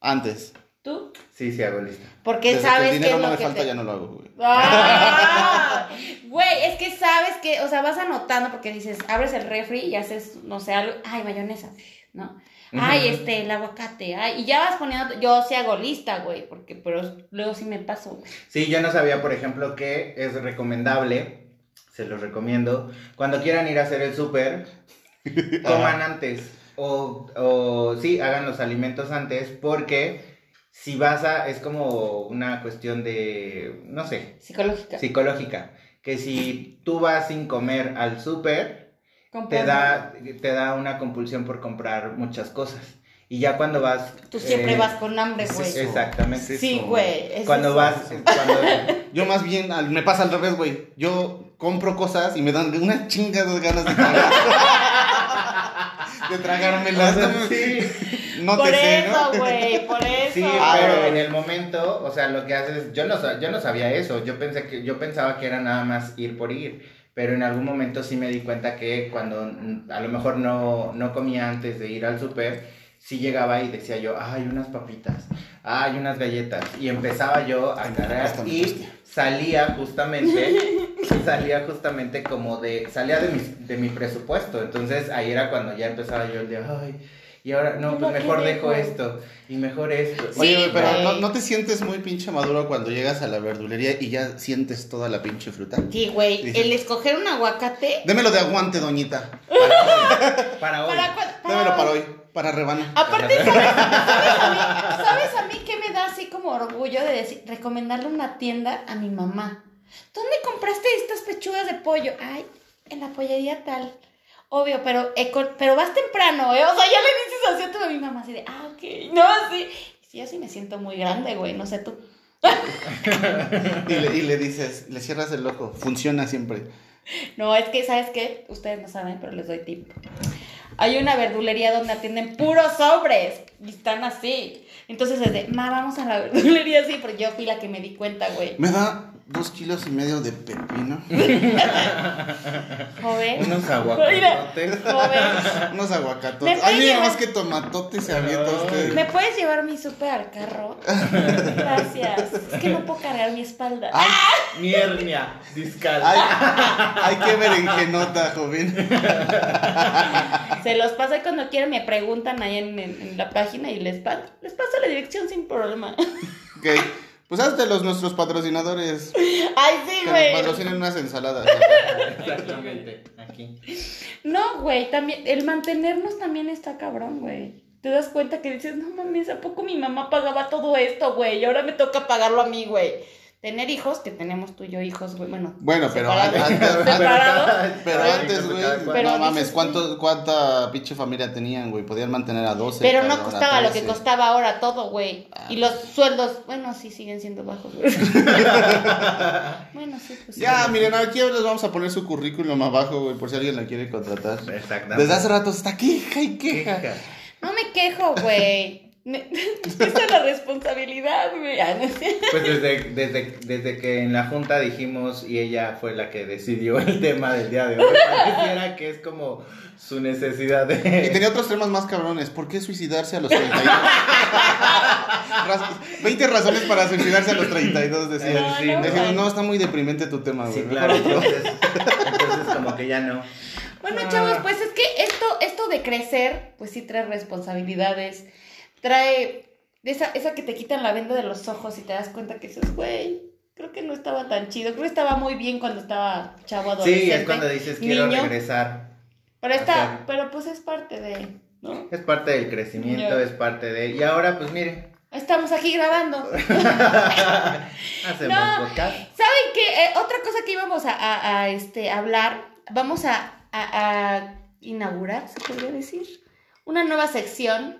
Antes.
¿Tú?
Sí, sí, hago lista.
Porque
Desde
sabes
que el dinero
qué es
no
lo
me
que
falta,
te-
ya no lo hago, güey.
¡Ah! Güey, es que sabes que, o sea, vas anotando porque dices, abres el refri y haces, no sé, algo, ay, mayonesa, ¿no? Ay, este, el aguacate, ay, y ya vas poniendo, yo sí hago lista, güey, porque, pero luego sí me paso, güey.
Sí, yo no sabía, por ejemplo, que es recomendable, se los recomiendo, cuando quieran ir a hacer el súper, coman antes. O, o sí, hagan los alimentos antes, porque si vas a, es como una cuestión de, no sé,
Psicológica.
psicológica. Que si tú vas sin comer al súper,
Comprar,
te da, te da una compulsión por comprar muchas cosas. Y ya cuando vas...
¿no? Tú siempre
eh,
vas con hambre,
es
güey.
eso,
Exactamente.
es
sí,
eso.
güey. es
cuando
eso.
vas... Cuando,
Yo más bien, al- me pasa al revés, güey. Yo compro cosas y me dan unas chingas de ganas de tragar. de tragármelas. No,
sí,
no
por
te sé,
eso,
¿no?
güey, por eso.
sí,
Ah,
pero
güey.
en el momento, o sea, lo que haces, yo no, sa- yo no sabía eso, yo, pensé que, yo pensaba que era nada más ir por ir, pero en algún momento sí me di cuenta que cuando mm, a lo mejor no, no comía antes de ir al súper, sí llegaba y decía yo, ay, unas papitas, ay, unas galletas, y empezaba yo a
Ay,
cargar
hasta me
y
asusté.
salía justamente, salía justamente como de, salía de mi, de mi presupuesto, entonces ahí era cuando ya empezaba yo el de, ay... Y ahora, no,
Yo
pues
lo que
mejor dejo
dejo.
esto, y mejor esto.
Sí,
Oye, güey, pero
güey.
¿no, no te sientes muy pinche maduro cuando llegas a la verdulería y ya sientes toda la pinche fruta?
Sí, güey,
Dice-
el escoger un aguacate
Démelo de aguante, doñita.
Para hoy.
para, cua-
Démelo para hoy, para rebana.
Aparte, ¿sabes, sabes a mí, ¿sabes a mí qué me da así como orgullo de decir, recomendarle una tienda a mi mamá? ¿Dónde compraste estas pechugas de pollo? Ay, en la pollería tal. Obvio, pero, eco- pero vas temprano, ¿eh? O sea, ya le dices así a tu- a mi mamá, así de, ah, ok, no, así. Sí, yo sí me siento muy grande, güey, no sé tú.
Y le, y le dices, le cierras el ojo. Funciona siempre.
No, es que, ¿sabes qué? Ustedes no saben, pero les doy tip. Hay una verdulería donde atienden puros sobres y están así. Entonces es de, ma, vamos a la verdulería así, porque yo fui la que me di cuenta, güey.
Me da dos kilos y medio de pepino.
Joven,
Unos aguacatotes.
joven,
Unos
Me
aguacatotes.
puede
Ay, mira
llevar-
más que tomatotes se avienta
Ay.
usted.
¿me puedes llevar mi súper al carro? Gracias. Es que no puedo cargar mi espalda.
Ay,
Mi hernia discal.
ay, ay, qué berenjenota, joven.
Se los paso y cuando quieran me preguntan ahí en, en- en la página y les paso, les paso la dirección sin problema.
Ok, pues hazte los nuestros patrocinadores.
Ay, sí,
Que
güey.
nos patrocinen unas ensaladas.
Exactamente. Aquí.
No, güey, también, el mantenernos también está cabrón, güey. Te das cuenta que dices, no mames, ¿a poco mi mamá pagaba todo esto, güey? Y ahora me toca pagarlo a mí, güey. tener hijos, que tenemos tú y yo hijos, güey, bueno.
Bueno, pero
separados,
antes-
separados.
Pero
Pero-
antes, güey,
Pero
no
dices,
mames,
sí.
¿cuánto, ¿cuánta pinche familia tenían, güey? Podían mantener a 12.
Pero no
cabrón, a
costaba lo que
13.
costaba ahora todo, güey.
Ah,
Y los
pues.
sueldos, bueno, sí siguen siendo bajos, güey. bueno, sí, pues. sí.
Ya, miren, aquí les vamos a poner su currículum abajo, güey, por si alguien la quiere contratar.
Exactamente.
Desde hace rato está queja y queja.
Queja.
No me quejo, güey. Me- Esa es la responsabilidad, güey. Ah, no sé.
Pues desde, desde, desde que en la junta dijimos y ella fue la que decidió el tema del día de hoy, pareciera que es como su necesidad de...
Y tenía otros temas más cabrones. ¿Por qué suicidarse a los 32? Raz- 20 razones para suicidarse a los 32, decía.
No,
Sí,
Decimos,
no, güey.
Eh, no, está muy deprimente tu tema, güey.
Sí,
Mejor
claro,
otro.
entonces, entonces como que ya no.
Bueno,
Ah.
chavos, pues es que esto, esto de crecer, pues sí trae responsabilidades. Trae de esa, esa que te quitan la venda de los ojos y te das cuenta que dices, güey, creo que no estaba tan chido. Creo que estaba muy bien cuando estaba chavo adolescente.
Sí, es cuando dices quiero
niño".
regresar.
Pero está,
Ajá.
pero pues es parte de, ¿no?
Es parte del crecimiento,
Ya.
es parte de... Y ahora pues mire,
Estamos aquí grabando.
hacemos
No.
podcast.
¿Saben qué? Eh, otra cosa que íbamos a, a- a, este, hablar, vamos a, a- a inaugurar, se podría decir, una nueva sección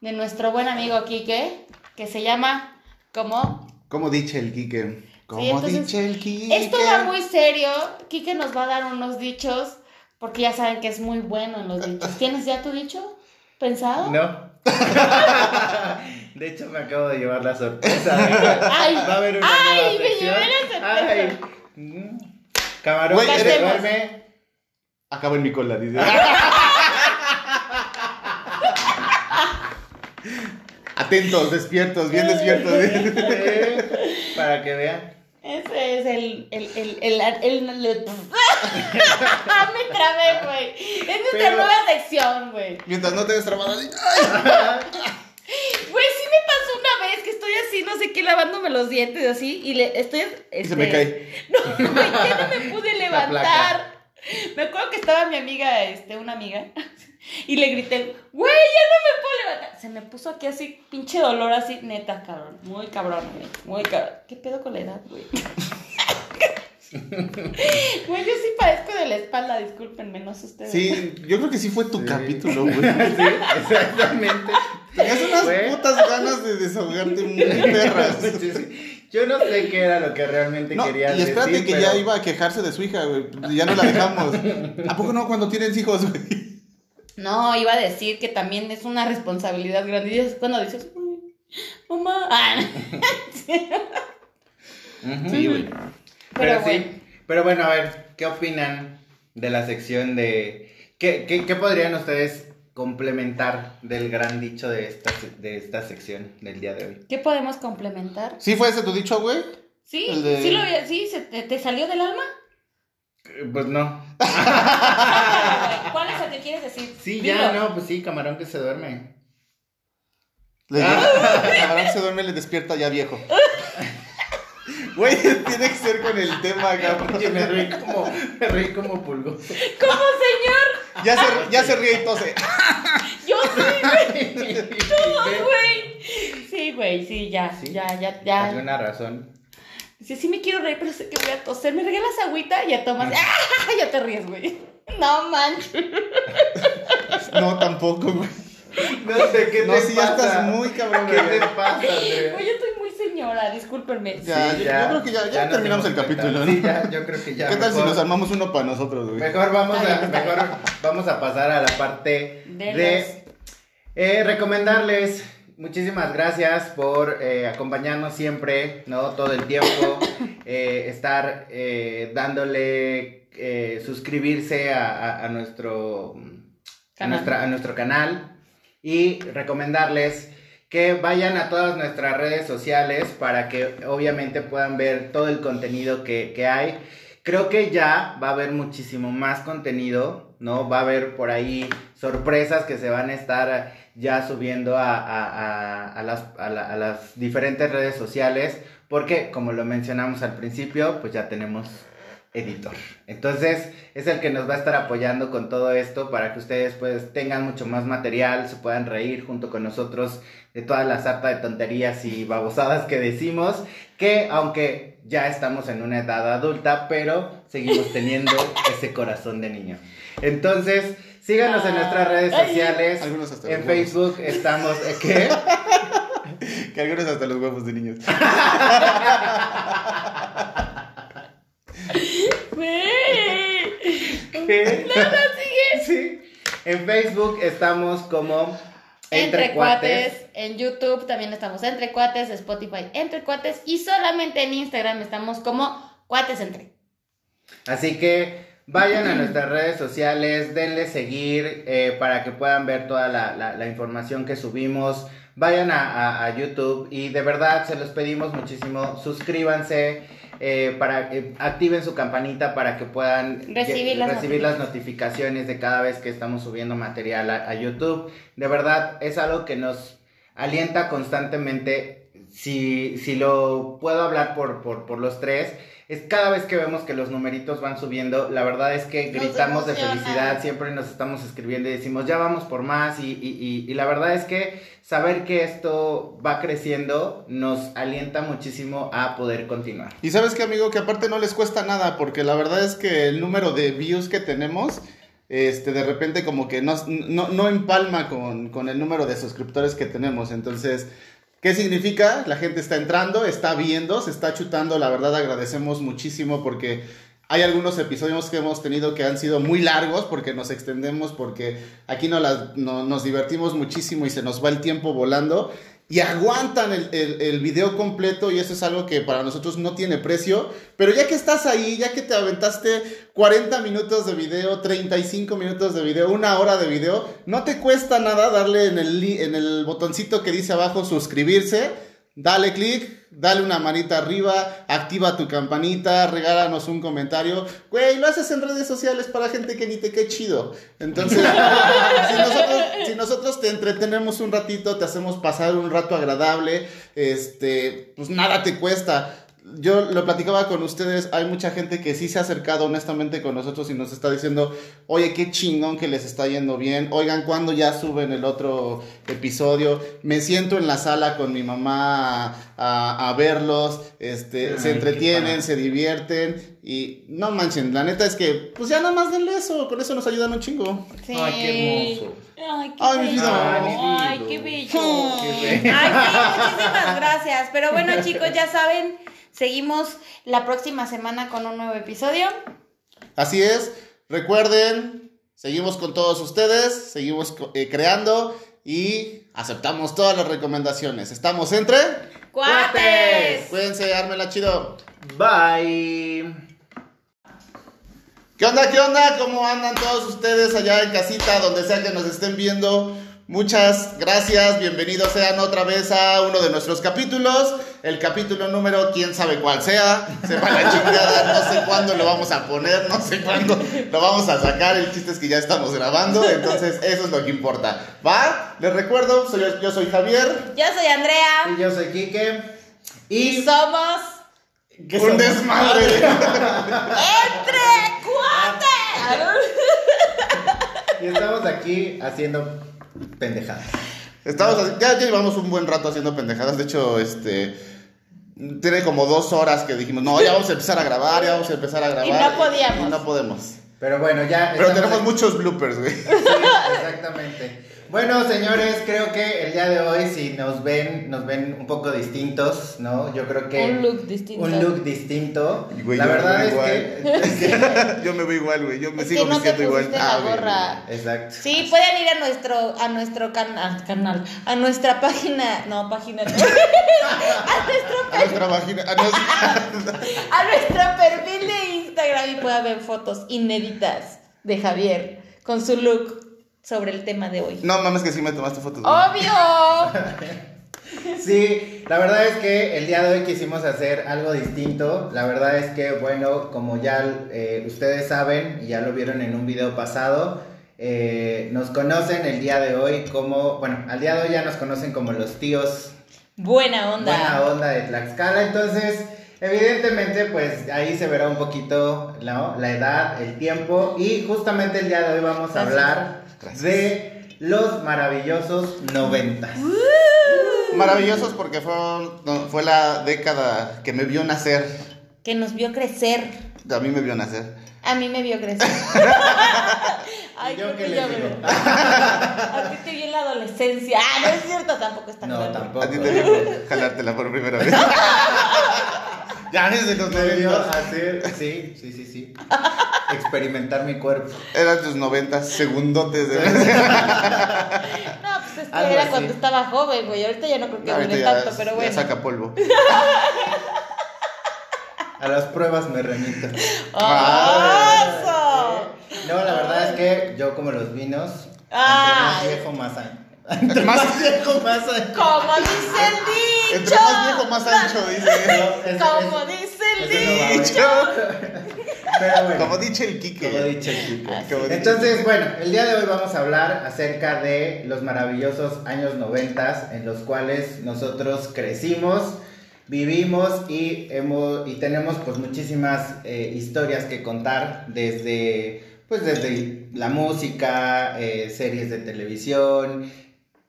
de nuestro buen amigo Quique, que se llama como...
Como dice el Quique. Como
entonces,
dice el Quique.
Esto va muy serio, Quique nos va a dar unos dichos, porque ya saben que es muy bueno en los dichos. ¿Tienes ya tu dicho pensado?
No. De hecho me acabo de llevar la sorpresa.
Ay,
Va a haber una
ay,
nueva
me
sección.
llevé la sorpresa.
Ay. Mm. Camarón,
Güey,
¿quieres
eres-
verme?
Acabo en mi cola, dice. Atentos, despiertos, bien despiertos.
Eh, Para que vean.
Ese es el. el, el, el, el- el- el- Ah, Me trabé, güey. Es nuestra
Pero-
nueva sección, güey.
Mientras no te des trabada, así.
Güey, sí me pasó una vez que estoy así, no sé qué, lavándome los dientes y así, y le, estoy.
Y
este,
se me cae.
No, güey, ya no me pude
La
levantar. Me acuerdo que estaba mi amiga, este, una amiga, y le grité, güey, ya no me puedo levantar. Se me puso aquí así, pinche dolor así, neta, cabrón. Muy cabrón, güey. Muy cabrón. ¿Qué pedo con la edad, güey? Güey, yo sí padezco de la espalda, discúlpenme, no sé ustedes.
Sí, yo creo que sí fue tu
Sí.
capítulo, güey.
Sí, exactamente.
Tenías unas
Güey.
putas ganas de desahogarte muy perras.
Yo no sé qué era lo que realmente
No, y
quería decir.
espérate que
pero-
ya iba a quejarse de su hija, güey. Ya no la dejamos. ¿A poco no cuando tienen hijos, güey?
No, iba a decir que también es una responsabilidad grande. Y es cuando dices, "Ay, mamá. Ah,
Ujú.
Sí, güey.
pero
Pero,
bueno.
sí. Pero bueno, a ver, ¿qué opinan de la sección de. ¿Qué, qué, qué podrían ustedes complementar del gran dicho de esta, se- de esta sección del día de hoy?
¿Qué podemos complementar?
¿Sí fue ese tu dicho, güey?
Sí,
El de-
sí, lo, vi- sí se te, te salió del alma.
Eh, Pues no.
Sácalo, güey. ¿Cuál es el que quieres decir?
Sí, ya,
Dilo.
no, pues sí, camarón que se duerme.
Le digo,
Ah.
Abraham se duerme, le despierta ya viejo. Güey, tiene que ser con el tema, cabrón.
Oye, me reí como, me reí como pulgo.
¿Cómo, señor?
Ya se, ya se ríe y tose.
Yo sí,
Por
güey. Sí, güey, sí, ya,
Sí.
ya, ya, ya.
alguna razón.
Sí, sí me quiero reír, pero sé que voy a toser. Me regalas agüita y ya tomas. ¡Ah! Ya te ríes, güey. No manches.
No, tampoco, güey.
No sé qué
No,
te
si ya
pasa.
estás muy cabrón,
¿Qué te
güey.
pasa, Andrea?
Güey, yo estoy muy señora, discúlpenme.
Ya, yo- yo creo que ya- ya
nos
terminamos
dimos
el
cuenta.
capítulo, ¿no?
Sí, ya, yo creo que ya.
¿Qué tal si
mejor-
nos armamos uno para nosotros, güey?
Mejor vamos
Está
a,
bien, está
mejor vamos a pasar a la parte
De
de,
los-
eh, recomendarles. Muchísimas gracias por eh, acompañarnos siempre, ¿no? Todo el tiempo. eh, estar eh, dándole eh, suscribirse a, a- a nuestro a,
Canal.
nuestra- a nuestro canal. Y recomendarles que vayan a todas nuestras redes sociales para que obviamente puedan ver todo el contenido que, que hay. Creo que ya va a haber muchísimo más contenido, ¿no? Va a haber por ahí sorpresas que se van a estar ya subiendo a, a- a- a las, a la- a las diferentes redes sociales, porque como lo mencionamos al principio, pues ya tenemos editor. Entonces, es el que nos va a estar apoyando con todo esto para que ustedes pues tengan mucho más material, se puedan reír junto con nosotros de toda la sarta de tonterías y babosadas que decimos, que aunque ya estamos en una edad adulta, pero seguimos teniendo ese corazón de niño. Entonces, síganos en nuestras redes
Ay.
sociales.
Algunos hasta
En
los huevos.
Facebook estamos ¿eh, ¿qué?
Que algunos hasta los huevos de niños.
Güey.
¿Qué?
sigue.
Sí. En Facebook estamos como
Entre cuates. En YouTube también estamos entre cuates. Spotify entre cuates. Y solamente en Instagram estamos como cuates entre.
Así que vayan a nuestras redes sociales, denle seguir eh, para que puedan ver toda la, la- la información que subimos. Vayan a, a- a YouTube y de verdad se los pedimos muchísimo. Suscríbanse, eh, para, eh, activen su campanita para que puedan
Recibir
lle-
las
recibir las notificaciones de cada vez que estamos subiendo material a, a YouTube. De verdad es algo que nos alienta constantemente. Si, si lo puedo hablar por, por, por los tres, es cada vez que vemos que los numeritos van subiendo, la verdad es que
Nos
gritamos de
emociona.
felicidad, siempre nos estamos escribiendo y decimos, ya vamos por más, y, y- y- y la verdad es que saber que esto va creciendo nos alienta muchísimo a poder continuar.
Y sabes qué, amigo, que aparte no les cuesta nada, porque la verdad es que el número de views que tenemos, este, de repente como que no, no, no empalma con, con el número de suscriptores que tenemos. Entonces, ¿qué significa? La gente está entrando, está viendo, se está chutando. La verdad agradecemos muchísimo porque hay algunos episodios que hemos tenido que han sido muy largos porque nos extendemos, porque aquí no las- no- nos divertimos muchísimo y se nos va el tiempo volando. Y aguantan el, el- el video completo y eso es algo que para nosotros no tiene precio. Pero ya que estás ahí, ya que te aventaste 40 minutos de video, 35 minutos de video, una hora de video, no te cuesta nada darle en el, li- en el botoncito que dice abajo suscribirse. Dale click, dale una manita arriba, activa tu campanita, regálanos un comentario. Güey, lo haces en redes sociales para gente que ni te qué chido. Entonces, si, nosotros, si nosotros te entretenemos un ratito, te hacemos pasar un rato agradable, este, pues nada te cuesta. Yo lo platicaba con ustedes, hay mucha gente que sí se ha acercado honestamente con nosotros y nos está diciendo, oye, qué chingón que les está yendo bien, oigan, ¿cuándo ya suben el otro episodio? Me siento en la sala con mi mamá a, a verlos, este,
Ay,
se
qué
entretienen,
padre.
se divierten y no manchen, la neta es que, pues ya nada más denle eso, con eso nos ayudan un chingo.
Sí.
Ay, qué hermoso.
Ay, qué
Ay, mi
bello.
vida.
Ay,
Ay, mi
qué
vida.
bello.
Qué
Ay, sí, muchísimas gracias. Pero bueno, chicos, ya saben, seguimos la próxima semana con un nuevo episodio.
Así es, recuerden, seguimos con todos ustedes, seguimos co- eh, creando y aceptamos todas las recomendaciones. Estamos entre,
¡Cuates!
cuídense, ármela chido.
Bye.
¿Qué onda, qué onda? ¿Cómo andan todos ustedes allá en casita, donde sea que nos estén viendo? Muchas gracias, bienvenidos sean otra vez a uno de nuestros capítulos, el capítulo número quién sabe cuál sea, se va la chingada, no sé cuándo lo vamos a poner, no sé cuándo lo vamos a sacar, el chiste es que ya estamos grabando, entonces eso es lo que importa, ¿va? Les recuerdo, soy, yo soy Javier,
Yo soy Andrea
Y yo soy Kike.
y
Y
somos
¿Qué
un
somos?
desmadre.
Entre Cuates.
y estamos aquí haciendo pendejadas.
Estamos así- ya, ya llevamos un buen rato haciendo pendejadas. De hecho, este. Tiene como dos horas que dijimos, no, ya vamos a empezar a grabar, ya vamos a empezar a grabar.
no podíamos.
Y no podemos.
Pero bueno, ya.
Pero
estamos
tenemos
aquí.
muchos bloopers, güey.
Sí, exactamente. Bueno, señores, creo que el día de hoy si nos ven, nos ven un poco distintos, ¿no? Yo creo que
Un look distinto.
Un look distinto.
Y, güey,
la
yo
verdad
me
es
veo
que
Yo me veo igual, güey. Yo me
Es que
sigo
no te
vistiendo igual. Ah,
pusiste la
güey.
gorra.
Exacto.
Sí, pueden ir a nuestro, a nuestro canal, canal, a nuestra página, no, página, no. a, nuestro,
A nuestra vagina. a nos-
a nuestro perfil de Instagram y pueden ver fotos inéditas de Javier con su look sobre el tema de hoy.
No mames, que sí me tomaste fotos. güey.
Oh. ¡Obvio!
Sí, la verdad es que el día de hoy quisimos hacer algo distinto. La verdad es que, bueno, como ya eh, ustedes saben y ya lo vieron en un video pasado, eh, nos conocen el día de hoy como, bueno, al día de hoy ya nos conocen como los tíos
Buena onda.
buena onda de Tlaxcala. Entonces, Evidentemente, pues ahí se verá un poquito ¿no? la edad, el tiempo y justamente el día de hoy vamos a
Gracias.
hablar de los maravillosos noventas.
Maravillosos porque fue, no, fue la década que me vio nacer.
Que nos vio crecer.
A mí me vio nacer.
A mí me vio crecer. Ay,
¿Y yo
creo
qué
que
les
ya me
digo?
A ti te vi en la adolescencia. Ah, no es cierto, tampoco está
No,
claro.
tampoco.
A ti te vio jalártela por primera vez. ya desde los
Me vio
noventas.
hacer, sí, sí, sí, sí. Experimentar mi cuerpo.
Eran tus noventas, segundotes. De...
No, pues es que
Algo
era
así.
cuando estaba joven, güey. Ahorita ya no creo que
Ahorita
dure
ya,
tanto, pero
ya
bueno.
saca polvo.
A las pruebas me remito.
¡Ah, ¡Eso!
Sí. No, la verdad es que yo como los vinos,
Ay.
entre más viejo más ancho. Entre más viejo más ancho.
Como dice el dicho.
Entre más viejo, más ancho, dice.
No, es-
Como
es-
dice el
ese no va,
dicho.
güey. Pero bueno.
Como dicho el Quique.
Como dicho el Quique.
Como dicho-
Entonces, bueno, el día de hoy vamos a hablar acerca de los maravillosos años noventas en los cuales nosotros crecimos, vivimos y, hemos, y tenemos pues muchísimas eh, historias que contar desde pues desde la música, eh, series de televisión,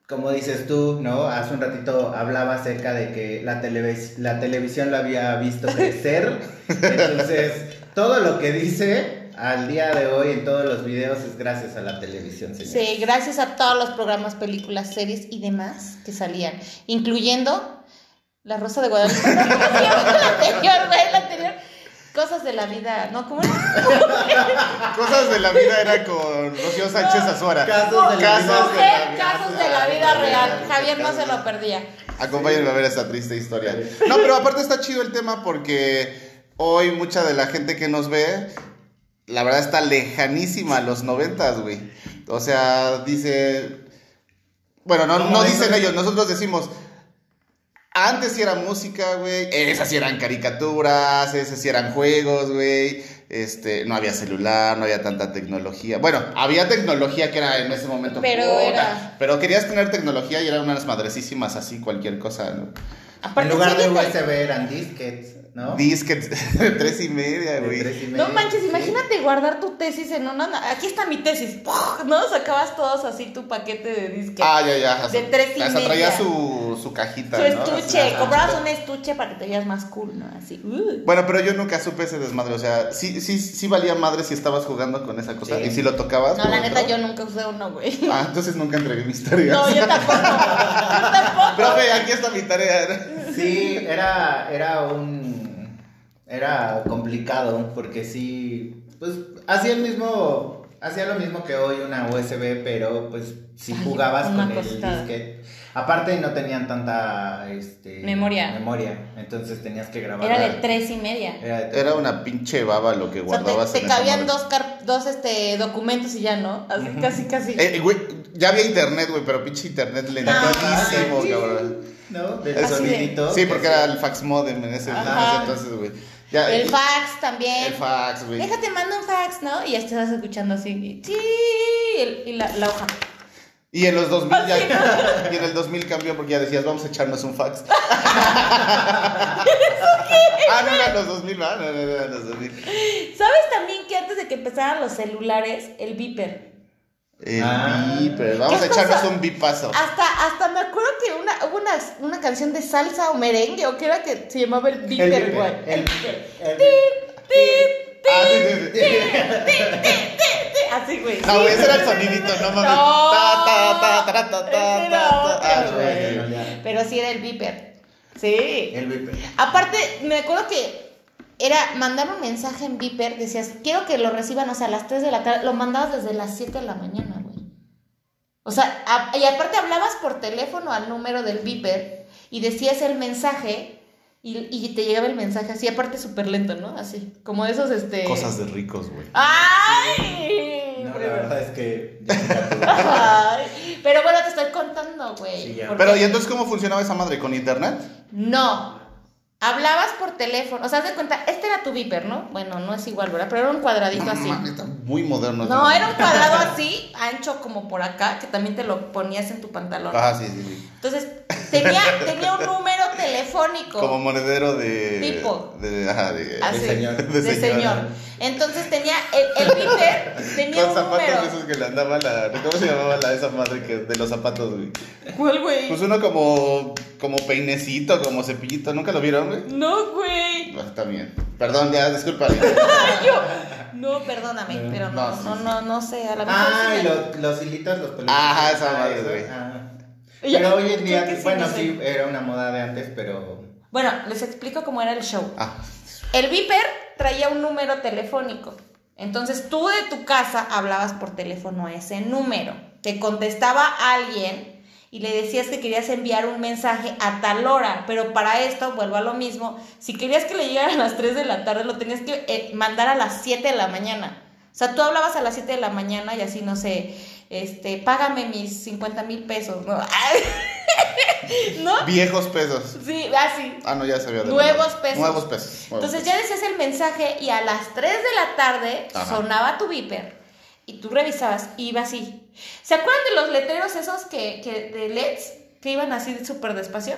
como dices tú, ¿no? Hace un ratito hablaba acerca de que la, televis- la televisión lo había visto crecer. Entonces, todo lo que dice al día de hoy en todos los videos es gracias a la televisión, señor.
Sí, gracias a todos los programas, películas, series y demás que salían, incluyendo La Rosa de Guadalupe, ¿no? ¿Cómo se llama la anterior, güey? La anterior, cosas de la vida, ¿no? ¿Cómo era?
Cosas de la vida era con Rocío Sánchez Azuara.
Casos de la
Casos
vida.
de la
Mujer, casos de la vida real. Javier no se lo perdía.
Acompáñenme a ver esta triste historia. No, pero aparte está chido el tema porque hoy mucha de la gente que nos ve, la verdad está lejanísima a los noventas, güey. O sea, dice... Bueno, no,
No,
no
eso-
dicen ellos, nosotros decimos... Antes sí era música, güey. Esas sí eran caricaturas, esas sí eran juegos, güey. Este, no había celular, no había tanta tecnología. Bueno, había tecnología que era en ese momento.
Pero
puta,
era-
Pero querías tener tecnología y eran unas madrecísimas así, cualquier cosa, ¿no?
En lugar de
sí, güey.
USB eran disquets, ¿no?
Disques de tres y media,
De
güey.
tres y medio.
No manches,
Sí.
imagínate guardar tu tesis en una. Aquí está mi tesis. ¡puf! ¿No? Sacabas todos así tu paquete de disque.
Ah, ya, ya.
De tres y
Hasta traía
media.
su, su cajita,
Su
¿no?
estuche.
Ajá.
Comprabas un estuche para que te veas más cool, ¿no? Así. ¡uh!
Bueno, pero yo nunca supe ese desmadre. O sea, sí, sí, sí valía madre si estabas jugando con esa cosa
Sí.
y si lo tocabas.
No, la
¿no?
neta, yo nunca usé uno, güey.
Ah, entonces nunca entregué mis tareas.
No, yo tampoco. Yo tampoco.
Profe, aquí está mi tarea.
Sí, era, era un. Era complicado, porque sí. Pues hacía el mismo. Hacía lo mismo que hoy una USB, pero pues si
Ay,
jugabas
una
con el
costada.
disquete. Aparte no tenían tanta este,
Memoria.
memoria. Entonces tenías que grabar.
Era de tres y media.
Era de tres.
Era una pinche baba lo que
O sea, te,
Eh, guardabas.
te
en esa
cabían
madre.
dos, car- dos este, documentos y ya, ¿no? Así,
Ujú.
casi, casi.
Eh, eh, güey, ya había internet, güey, pero pinche internet lentísimo,
Ay,
cabrón.
Ah, ¿No? Del
Así de-
sonidito.
Sí, porque era el fax modem en ese, en ese
Ajá.
entonces, güey. Ya,
el
eh,
fax también.
El fax, güey.
Déjate, mando un fax, ¿no? Y ya estás escuchando así. y- Sí. Y, el- y la, la hoja.
Y en los 2000 ya, y en el 2000 cambió porque ya decías, vamos a echarnos un fax. ah, no eran los 2000, ¿verdad? No, no, no eran los 2000.
¿Sabes también que antes de que empezaran los celulares, el beeper?
El
Ah.
beeper. Vamos a
¿Qué
echarnos
cosa? Ah,
un Ah, bipazo.
Hasta, hasta me acuerdo que una, hubo una, una canción de salsa o merengue, o que era que se llamaba el
El
beeper, güey.
beeper, el beeper, el
Tip,
Ah, sí, sí, sí.
tip, Así, güey.
No, güey, ese era el sonidito, no mames.
No.
Ta, ta, ta, ta, ta, ta,
Ese
ta,
no,
ta. Ah,
pero
güey.
beeper. Bueno, ya.
Pero sí era el beeper. Sí.
El beeper.
Aparte, me acuerdo que era mandar un mensaje en Viper, decías, quiero que lo reciban, o sea, a las 3 de la tarde, lo mandabas desde las 7 de la mañana, güey. O sea, a- y aparte hablabas por teléfono al número del Viper y decías el mensaje y, y te llegaba el mensaje así, aparte súper lento, ¿no? Así, como de esos, este...
Cosas de ricos, güey.
¡Ay!
No, la
Pero-
verdad es que. yo nunca tuve.
Ay, Pero bueno, te estoy contando, güey.
Sí, ya.
porque-
Pero, ¿y entonces cómo funcionaba esa madre? ¿Con internet?
No. Hablabas por teléfono. O sea, haz de cuenta, este era tu viper, ¿no? Bueno, no es igual, ¿verdad? Pero era un cuadradito así.
Mames, está muy moderno.
No, era un cuadrado así, ancho como por acá, que también te lo ponías en tu pantalón.
Ah, sí, sí, sí.
Entonces, tenía, tenía un número telefónico.
Como monedero de.
Tipo.
De, ajá, de,
Así,
de señor.
de señor.
señora.
Entonces tenía el, el Peter tenía
Con
un
zapatos
número.
de esos que le andaba la. ¿Cómo se llamaba la esa madre que de los zapatos, güey?
¿Cuál, güey?
Pues uno como. como peinecito, como cepillito, ¿nunca lo vieron, güey?
No, güey.
Ah, También. Perdón, ya, disculpa.
No, perdóname, pero
Eh, no,
no,
sí,
no,
sí.
no, no sé, a lo mejor.
Ah,
sí
y
me-
los, los hilitos, los peluches.
Ajá, esa
Ah,
madre,
eso,
güey.
ajá.
Ya,
Pero hoy en
creo
día,
que sí,
bueno,
no sé.
sí, era una moda de antes, pero.
Bueno, les explico cómo era el show.
Ah,
El Viper traía un número telefónico. Entonces tú de tu casa hablabas por teléfono a ese número. Te contestaba alguien y le decías que querías enviar un mensaje a tal hora. Pero para esto, vuelvo a lo mismo, si querías que le llegara a las 3 de la tarde, lo tenías que eh, mandar a las 7 de la mañana. O sea, tú hablabas a las 7 de la mañana y así, no sé, este, págame mis 50 mil pesos. ¿No? ¿No?
viejos pesos.
Sí, así.
Ah, no, ya sabía. de
Nuevos
verdad.
pesos.
Nuevos pesos. nuevos
Entonces
pesos.
ya decías el mensaje y a las 3 de la tarde
pues Ajá.
sonaba tu viper y tú revisabas y iba así. ¿Se acuerdan de los letreros esos que, que de LEDs que iban así súper despacio?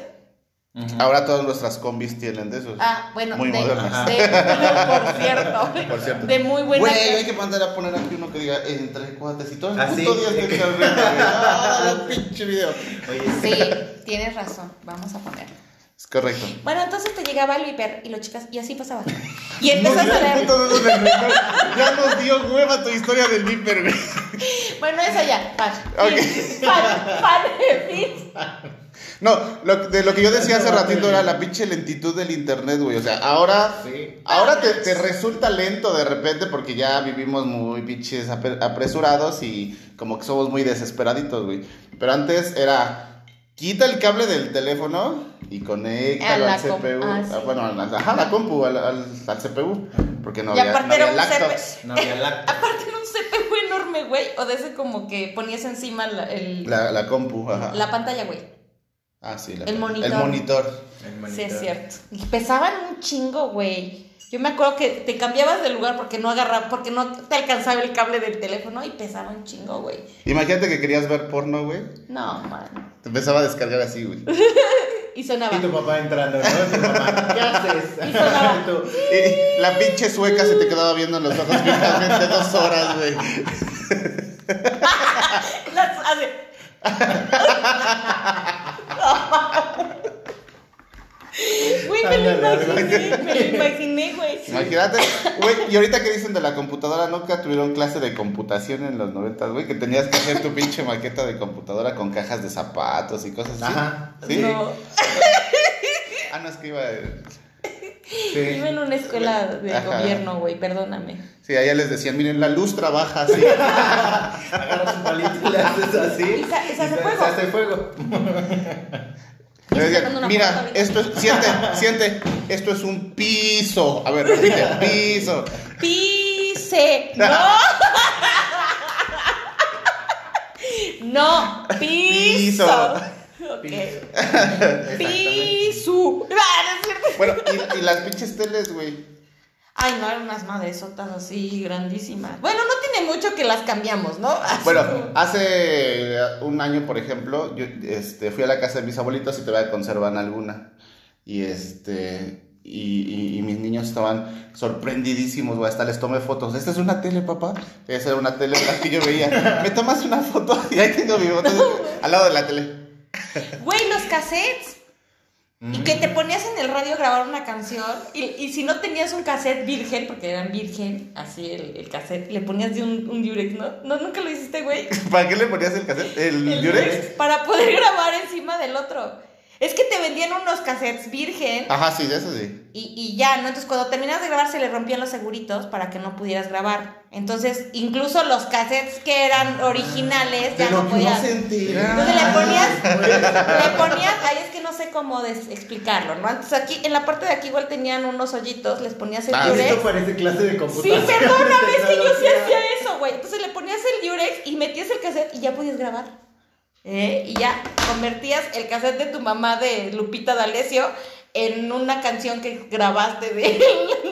Ahora todas nuestras combis tienen de esos.
Ah, bueno,
Muy
de,
modernas.
de- por, cierto,
Por cierto.
de muy buena.
Güey, hay que mandar a poner aquí uno que diga entre cuates y todo el
Ah,
puto
sí.
día tiene que haber, güey. Ah, pinche video.
Oye,
Sí, tienes razón, vamos a ponerlo.
Es correcto.
Bueno, entonces te llegaba el viper y los chicas, y así pasaba. Y empezas a leer.
Ya nos dio hueva tu historia del Viper, güey.
Bueno, esa ya, pan.
Ok.
Pan, pan de Fitz.
No, lo- de lo que yo decía hace ratito era la pinche lentitud del internet, güey. O sea, ahora,
Sí.
ahora te, te resulta lento de repente porque ya vivimos muy pinches ape- apresurados y como que somos muy desesperaditos, güey. Pero antes era, quita el cable del teléfono y
A
conéctalo
la
al
com-
CPU.
ah, sí.
Ah, bueno, a la, ajá, a la compu, al, al- al CPU. Porque no
y
había, no
aparte
había
era un
laptops.
CP.
No había lacto.
Aparte era un CPU enorme, güey. O de ese como que ponías encima la, el-
La, la compu, ajá.
la pantalla, güey.
ah, sí, la-
el monitor.
El monitor.
Sí, es cierto. Y pesaban un chingo, güey. Yo me acuerdo que te cambiabas de lugar porque no agarraba, porque no te alcanzaba el cable del teléfono y pesaba un chingo, güey.
Imagínate que querías ver porno, güey.
No, man.
Te empezaba a descargar así, güey.
Y sonaba.
Y tu papá entrando, ¿no? Tu papá, ¿qué haces?
Y sonaba.
Y tú,
Y la pinche sueca se te quedaba viendo en los ojos fijamente dos horas, güey.
Las hace. Güey, me lo
Ándale,
imaginé, me lo imaginé, güey.
Imagínate, güey. Y ahorita que dicen de la computadora, nunca tuvieron clase de computación en los noventas, güey, que tenías que hacer tu pinche maqueta de computadora con cajas de zapatos y cosas así.
Ajá.
Sí.
No.
Ah, no, es que iba.
Sí.
Vivo en una escuela de
Ajá.
gobierno, güey, perdóname.
Sí, allá les decían, miren, la luz trabaja así.
Agarras un palito y le haces así.
Y se- y se hace fuego.
hace fuego.
Le
Estoy
decían,
sacando una foto
mira,
ahorita".
esto es, siente, siente, esto es un piso. A ver, repite, piso.
Pise. No. No, piso.
Piso.
Ok.
Piso.
Pisu. Ah, no es cierto.
Bueno, y, y las pinches teles, güey.
Ay, no, eran unas madresotas así grandísimas. Bueno, no tiene mucho que las cambiamos, ¿no? Así
Bueno,
como-
hace eh, un año, por ejemplo, yo este, fui a la casa de mis abuelitos y todavía conservan alguna. Y este. Y, y- y mis niños estaban sorprendidísimos, güey. Hasta les tomé fotos. Esta es una tele, papá. Esa era una tele la que yo veía. Me tomas una foto y ahí tengo mi foto al lado de la tele.
Güey, los cassettes. Y que te ponías en el radio a grabar una canción. Y, y si no tenías un cassette virgen, porque eran virgen, así el, el cassette, le ponías de un, un Durex, ¿no? ¿no? Nunca lo hiciste, güey.
¿Para qué le ponías el cassette? El,
El
Durex?
Durex, Para poder grabar encima del otro. Es que te vendían unos cassettes virgen.
Ajá, sí, de eso sí.
Y, y ya, ¿no? Entonces cuando terminas de grabar se le rompían los seguritos para que no pudieras grabar. Entonces, incluso los cassettes que eran originales ya no podías. Entonces
Ah.
le ponías, le ponías, ay es que no sé cómo des- explicarlo, ¿no? Entonces aquí, en la parte de aquí igual tenían unos hoyitos, les ponías el
Ah,
Durex.
Esto parece clase de
Sí,
computación.
perdóname, es que yo sí
Tecnología.
hacía eso, güey. Entonces le ponías el Durex y metías el cassette y ya podías grabar. ¿Eh? Y ya convertías el cassette de tu mamá de Lupita D'Alessio en una canción que grabaste de.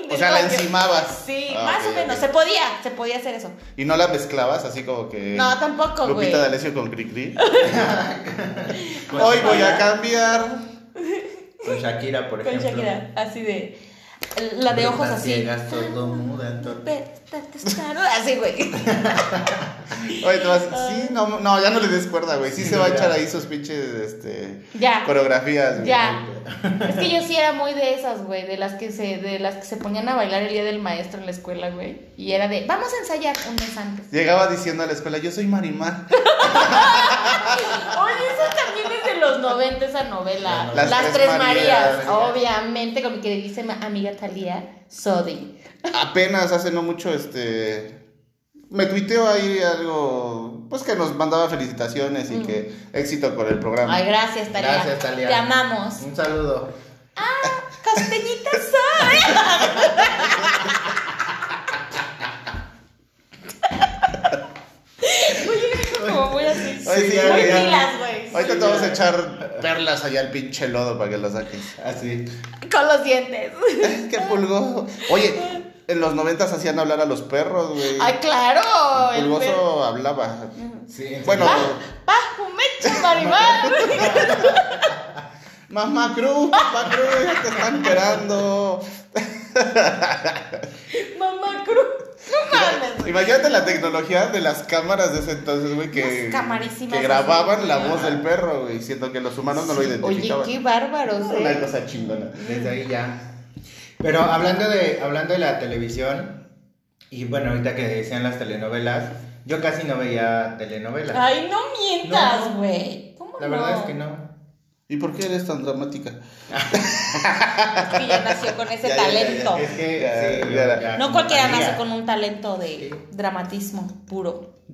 O
del
sea, la
novio.
encimabas.
Sí,
Ah,
más
ok,
o menos.
ok.
Se podía, se podía hacer eso.
¿Y no la mezclabas así como que.
No, tampoco, güey.
Lupita D'Alessio con Cricri?
Con-
Hoy voy a cambiar
Con Shakira, por
Con
ejemplo.
Shakira, así de. La de
Bruta,
ojos así.
ciegas, todo muda, todo-
Despertate, estar- Así, güey.
Oye, te vas.
Ah.
Sí, no, no, ya no le des cuerda, güey. Sí,
Sí,
se va a
ya.
echar ahí sus pinches este,
Ya.
coreografías, güey.
Ya. Es que yo sí era muy de esas, güey, de las que se de las que se ponían a bailar el día del maestro en la escuela, güey. Y era de, vamos a ensayar un mes antes.
Llegaba diciendo a la escuela, yo soy Marimar.
Oye, eso también es de los 90 esa novela. Las,
Las
tres,
Tres
Marías,
Marías.
obviamente con mi queridísima amiga Talía Sodi.
Apenas hace no mucho, este. Me tuiteó ahí algo, pues que nos mandaba felicitaciones y
Mm.
que éxito con el programa.
Ay, gracias, Talía.
Gracias, Talía.
Te amamos. Ah,
Un saludo.
Costeñita soy. Oye, como muy así.
Oye, sí,
muy
ya, ya.
pilas, güey.
Ahorita te vamos a echar perlas allá al pinche lodo para que lo saques.
Así.
Con los dientes.
¡Qué pulgoso! Oye, en los noventas hacían hablar a los perros, güey.
¡Ay, claro!
El
el Ah. perro.
pulgoso hablaba.
Sí, en
Bueno,
serio.
¡Pa, fumecho, marimar!
mamá Cruz, papá Cruz, ya te están esperando.
Mamá Cruz. No mames. güey.
Imagínate la tecnología de las cámaras de ese entonces, güey, que,
Las camarísimas
que grababan
así.
la voz del perro, güey, siendo que los humanos no lo
Oye,
identificaban.
qué bárbaros,
Una
eh.
cosa chingona.
Desde ahí ya. Pero hablando de, hablando de la televisión, y bueno, ahorita que decían las telenovelas, yo casi no veía telenovelas.
Ay, no mientas,
No.
güey. ¿Cómo
la
no?
verdad es que no.
¿Y por qué eres tan dramática?
Es que ya nació con ese
Ya, ya, ya, ya,
talento.
Es que
Ya,
sí,
ya.
yo ya
No
como
cualquiera
María.
nace con un talento de
Sí.
dramatismo puro.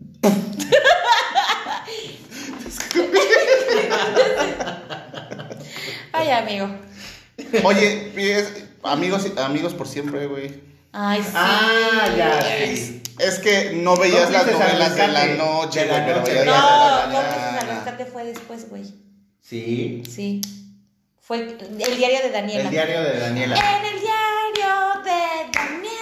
Ay, amigo.
Oye, es- amigos, amigos por siempre, güey.
Ay, sí.
Ah, ya. sí.
Es que no veías
No
las
fuiste al
novelas de la
rescate.
noche,
De la
güey, pero
noche,
veías
¿no?
las de la
No, no,
mañana.
pues al rescate fue después, güey.
Sí.
Sí. Fue el diario de Daniela. Eh.
El diario de Daniela.
En el diario de Daniela.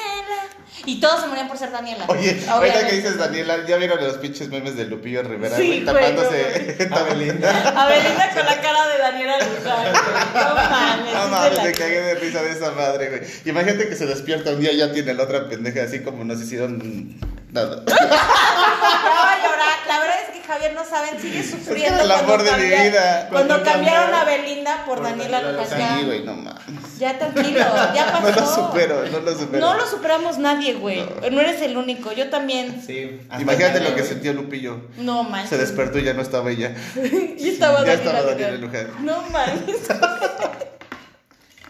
Y todos se morían por ser Daniela.
Oye, ahorita
Obviamente.
que dices Daniela, ya vieron los pinches memes de Lupillo Rivera,
Sí,
güey,
güey,
tapándose.
A Belinda.
Avelina con la cara de Daniela Luján. güey. No mames.
No
sí
mames,
se la-
me cagué de risa de esa madre, güey. Imagínate que se despierta un día y ya tiene la otra pendeja, así como nos hicieron nada.
Ya va a llorar. La verdad es que Javier no saben, sigue sufriendo.
el
cuando
amor de mi
cambia-
vida.
Cuando,
Cuando
cambiaron a
cambiaron
Belinda por,
por
Daniela
Daniela
Luján.
Sí,
ya-
güey, no mames.
Ya tranquilo, ya
No
pasó.
lo supero, no lo supero.
No lo superamos nadie, güey. No. eres el único, yo también.
Sí. hasta
Imagínate
el día
lo que
de hoy.
sintió Lupillo.
No manches.
Se despertó y ya no estaba ella.
y estaba
Ya
Daniela
estaba
Luján.
Daniela Luján.
No manches.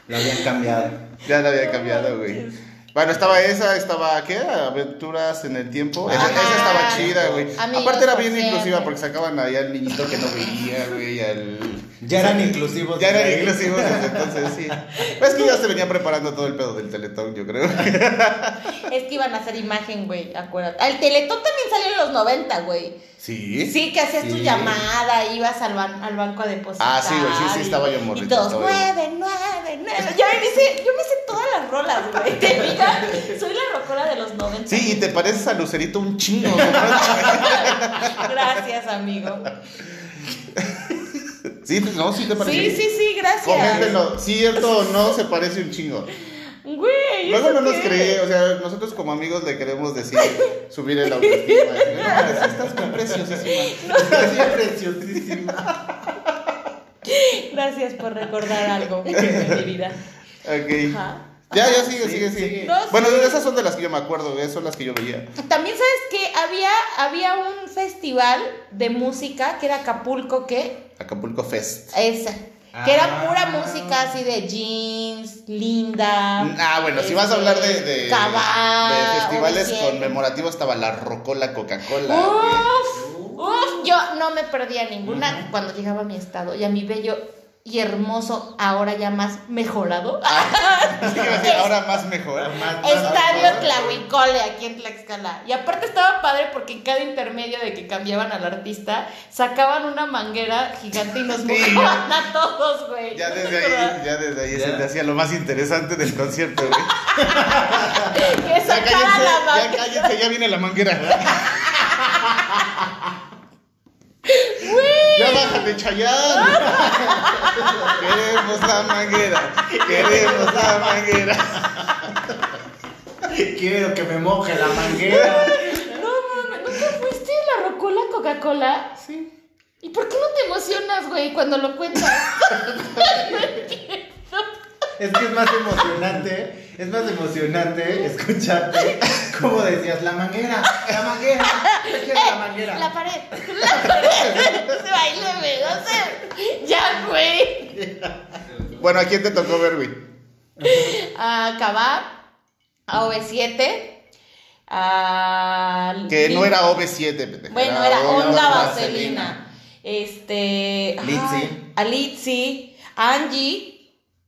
Lo habían cambiado.
Ya la había cambiado, güey. Bueno, estaba esa, estaba, ¿qué? Aventuras en el tiempo. Esa,
Ajá.
esa estaba chida, güey.
Amigos
Aparte era
por
bien
siempre.
inclusiva porque sacaban ahí al niñito que no veía, güey, al...
Ya eran inclusivos.
Ya eran
desde ahí.
inclusivos desde entonces, sí. Pues es que ya se venía preparando todo el pedo del Teletón, yo creo.
Es que iban a hacer imagen, güey, acuérdate. El Teletón también salió en los 90, güey.
¿Sí?
Sí, que hacías tu
Sí.
llamada, ibas al, ban- al banco a depositar.
Ah, sí, güey, sí, sí,
y-
estaba yo
Y
morrito,
todos,
estaba yo-
nueve, nueve, nueve. Ya me hice, yo me sé todas las rolas, güey. Te fijas, soy la rocola de los 90.
Sí, y te pareces a Lucerito un chingo. ¿no?
Gracias, amigo.
Sí, pues no, sí te parece.
Sí, sí, sí, gracias.
Coméntenlo, cierto o no, se parece un chingo.
Güey,
Luego
¿eso
no nos
qué?
cree, o sea, nosotros como amigos le queremos decir, subir el autoestima. decir, "No, pues, Estás muy preciosísima.
Estás preciosísima.
Gracias por recordar algo de mi vida.
Ok.
Ajá.
Ya, ya, sigue,
Sí,
sigue, sigue.
sigue.
No,
Bueno,
sí.
esas son de las que yo me acuerdo, esas son las que yo veía.
También sabes que había, había un festival de música que era Acapulco, ¿qué?
Acapulco Fest.
Esa. Que era
Ah.
pura música así de jeans, linda.
Ah, bueno, si vas a
este,
hablar de, de,
Cabá,
de festivales
Oriciel.
conmemorativos, estaba la Rocola Coca-Cola. güey.
Uf, uf, yo no me perdía ninguna cuando llegaba a mi estado y a mi bello y hermoso, ahora ya más mejorado.
Es que iba a decir, Ah, ahora más mejor.
Estadio Tlahuicole aquí en Tlaxcala. Y aparte estaba padre porque en cada intermedio de que cambiaban al artista, sacaban una manguera gigante y nos mojaban a todos, güey.
Ya
¿No te
desde
acuerdas?
ahí, ya desde ahí se
Ya.
te hacía lo más interesante del concierto, güey.
Que
Ya
sacaban
cállense,
la
ya
manguera.
cállense, ya viene la manguera. Ya bájale,
de Chayanne.
Queremos la manguera. Queremos la manguera.
Quiero que me moje la manguera.
No mames, ¿nunca fuiste a la Rocola Coca-Cola? Sí. ¿Y por qué no te emocionas, güey, cuando lo cuentas?
Es que es más emocionante, es más emocionante escucharte como decías, la manguera, la manguera, yo quiero la manguera.
Eh, La pared, la pared. Báilame, no sé. Ya, güey.
Bueno, ¿a quién te tocó ver, güey?
A Kabab, a OV7, a...
Que no era OV7. pendejo,
Bueno, era
Onda
Onda
Vaselina.
Vaselina. Este. ay,
Litzy.
A Litzy. A Angie.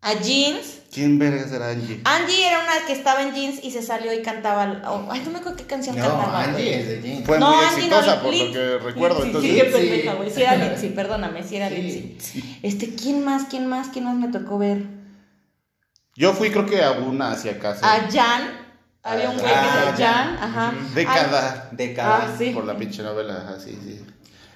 A Jeans.
¿Quién vergas era Angie?
Angie era una que estaba en Jeans y se salió y cantaba. oh, ay, no me acuerdo qué canción
No,
cantaba.
Angie
güey.
es de jeans.
Fue
No,
muy
Angie no,
exitosa, por
Lit-
lo que recuerdo.
Sí,
Entonces,
sí, qué
Sí.
pendeja, güey. Sí, era Litzy, perdóname, sí era
Sí.
Litzy. Este, ¿quién más? ¿Quién más? ¿Quién más me tocó ver?
yo fui, creo que a una hacia casa.
A Jan. Había un güey que
Ah,
era Jan.
Jan.
Ajá.
Década.
De
Ah,
cada.
sí.
Por la pinche novela, ajá, sí, sí.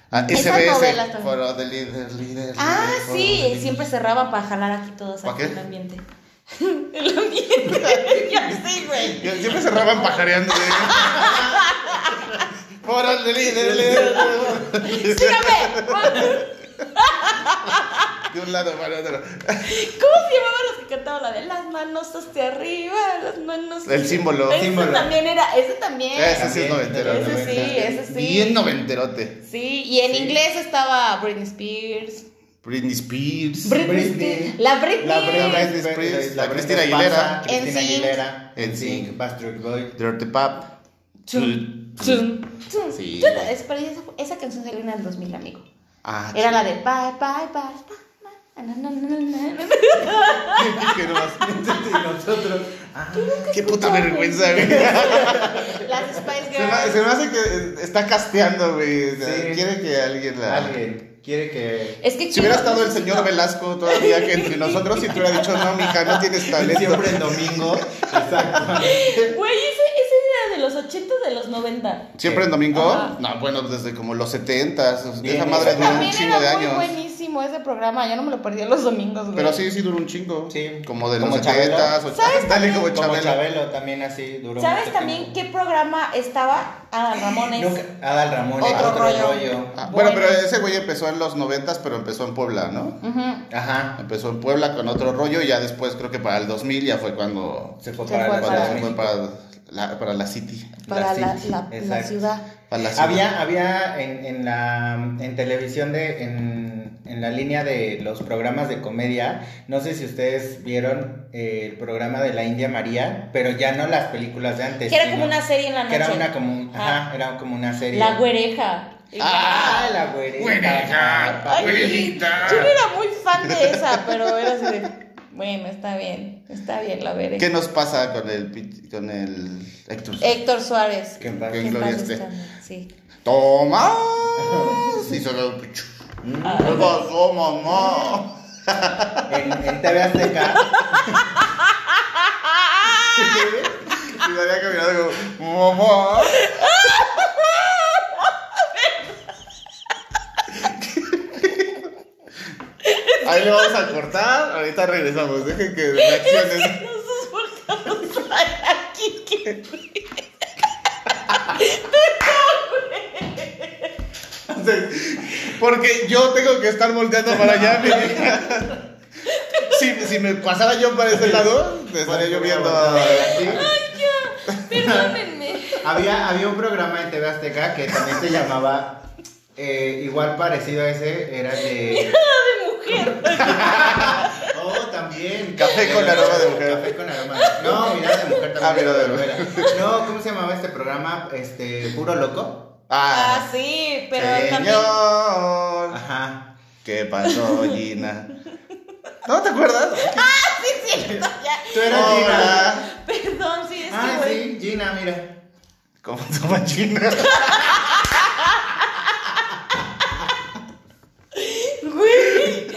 Ah,
Esas novelas
SBS,
también.
for the leader, leader.
Ah,
leader, for the
sí,
leader.
siempre cerraban para jalar aquí todos
¿Para
aquí
qué?
el ambiente. el ambiente. ya sí, güey.
Yo- Siempre cerraban pajareando. ¿eh? güey. For the leader, leader.
Sígame.
De un lado para otro.
Eh, ¿Cómo se llamaban los que cantaban la de las manos hacia arriba, las manos?
El símbolo. Eh.
Ese
símbolo.
también era, ese también.
Ese sí es noventero.
Ese
noventero.
sí, ese sí.
Bien noventerote.
Sí, y en inglés estaba Britney Spears.
Britney Spears.
Britney,
Britney.
Spears. La Britney.
La
Britney
Brenda
Spears,
Spears,
la
la
Cristina
Cristina
Aguilera.
Aguilera, Cristina
NSYNC.
Aguilera,
NSYNC.
NSYNC, Bastard Boy.
Dirty Pap.
Tum, tum, tum.
Sí.
Yo la- es- pero esa, esa canción salió en el 2000, amigo.
Ah,
Era la de bye, bye, bye. bye, bye, na, na, na, na, na.
que no más.
Y nosotros, ah,
Qué puta vergüenza, güey.
Las Spice
Se me, se
Girls.
me hace que eh, está casteando, güey. O sea,
Sí.
Quiere que alguien la.
alguien quiere que
Es que
Si hubiera
quiero-
estado el señor Velasco todavía que entre nosotros, si te hubiera dicho, no, mija, no tienes talento.
siempre en domingo, exacto.
Güey, ese, ese era de los 80 de los 90.
¿Siempre en domingo?
Ajá.
No, bueno, desde como los 70 Esa
Bien,
madre
eso
duró un
También
chingo de
era muy
años.
buenísimo ese programa. Yo no me lo perdía los domingos, güey.
Pero sí, sí duró un chingo.
Sí.
Como de
Como
los
Chabelo.
70 o
¿Sabes
Dale como
Como
Chabelo.
Chabelo también así duró.
¿Sabes
mucho
también
tiempo.
qué programa estaba? Adal Ramones.
Nunca- Adal Ramón,
Otro
otro,
rollo.
rollo.
Ah, bueno,
Bueno.
pero ese güey empezó en los 90 pero empezó en Puebla, ¿no?
Ujú.
Ajá.
Empezó en Puebla con otro rollo y ya después creo que para el 2000 ya fue cuando,
Se fue
Se
para,
fue
la
cuando
Ciudad
se
de
fue
México.
para la, para la City.
Para la,
City.
la- la
Exacto.
ciudad.
Para la ciudad.
Había, había en, en la en televisión de en, en la línea de los programas de comedia, no sé si ustedes vieron eh, el programa de la India María, pero ya no las películas de antes.
Que era
sino-
como una serie en la noche. Ah.
que era una como un- ajá, era como una serie.
La güereja.
Ah, la güerita.
Güerita.
Ay,
güerita.
Yo no era muy fan de esa, pero era así de. Bueno, está bien. Está bien, la veré.
¿Qué nos pasa con el, pit- con el Héctor?
Héctor Suárez.
Que en paz-
Que
Que
en
en
gloria Este.
paz
esté.
descanse, Sí.
¡Toma! Y solo... ¿Qué pasó, mamá?
En, en TV Azteca,
Y me había caminado como... ¡Mamá! Ahí lo vamos a cortar, ahorita regresamos, dejen que reacciones.
Nos soportamos aquí. que-
Porque yo tengo que estar volteando para allá. mi hija. si, si me pasara yo para ese lado, me estaría yo viendo a-
Ah,
Perdónenme.
había, había un programa en TV Azteca que también se llamaba eh, igual parecido a ese, era de
Mirada de mujer.
Oh, también.
Café con aroma de mujer.
Café con aroma. de- No, mirada de mujer también.
Ah, mirada de
Era. No, ¿cómo se llamaba este programa? Este, Puro Loco.
Ah,
Ah, sí, pero también.
señor.
Ajá.
¿Qué pasó, Gina? ¿No te acuerdas?
Ah, sí, es cierto, ya.
Tú eras
Hola.
Perdón, sí, es
Gina.
que,
Ah,
güey.
sí, Gina, mira.
¿Cómo se llama Gina?
Güey.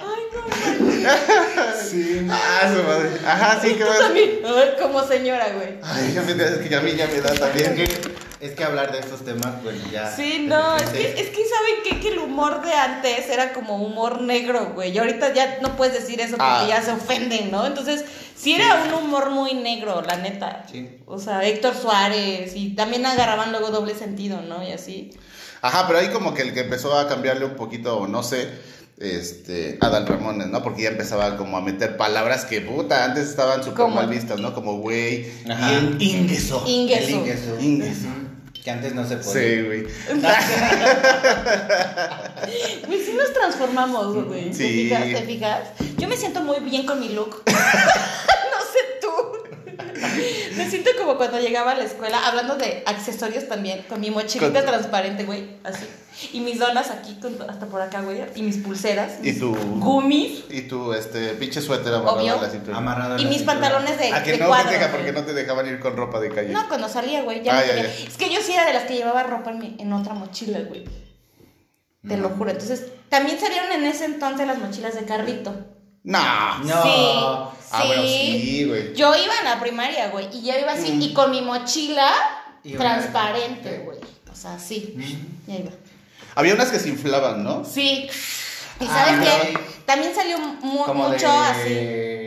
Ay, no, mames.
Sí.
Ah, su madre. Ajá, sí, qué
Tú
bueno.
también. Ay, como señora, güey.
Ay, ya me- es que ya a mí ya me da
Es
también.
que Es que hablar de estos temas, pues ya.
Sí, no, es que, es que saben qué? que el humor de antes era como humor negro, güey. Y ahorita ya no puedes decir eso porque
Ah.
ya se ofenden, ¿no? Entonces, sí era un humor muy negro, la neta.
Sí.
O sea, Héctor Suárez y también agarraban luego doble sentido, ¿no? Y así.
Ajá, pero ahí como que el que empezó a cambiarle un poquito, no sé, este, Adal Ramones, ¿no? Porque ya empezaba como a meter palabras que, puta, antes estaban súper
¿Cómo?
mal vistas, ¿no? Como güey,
Ajá.
y ingueso.
El
Ingueso.
ingreso.
Ingreso.
Que antes no se podía.
Sí, güey.
Güey, sí nos transformamos, güey. ¿Te
Sí.
fijas? ¿Te fijas? Yo me siento muy bien con mi look. no sé tú. me siento como cuando llegaba a la escuela, hablando de accesorios también, con mi mochilita
Con-
transparente, güey, así. Y mis donas aquí, con- hasta por acá, güey, y mis pulseras,
Y tu.
gummies.
Y tu, este, pinche suéter amarrado
Obvio.
a la cintura.
Amarrado a
Y
la
mis
cintura.
pantalones de,
a Ah, que
de
no,
cuadro.
pendeja,
güey.
porque no te dejaban ir con ropa de calle.
No, cuando salía, güey, ya no
Ah, ya,
tenía-
ya.
Es que yo sí era de las que llevaba ropa en, mi- en otra mochila, güey. Te lo juro. Entonces, también salieron en ese entonces las mochilas de carrito.
Nah.
No.
Sí,
Ah,
sí.
bueno, sí, güey.
Yo iba a la primaria, güey, y yo iba así, y con mi mochila
Mm. Y una
transparente,
de-
güey. O sea, sí,
Mm.
ya iba.
Había unas que se inflaban, ¿no?
Sí. ¿Y
Ah,
sabes qué?
no.
También salió mu-
Como
mucho así.
de...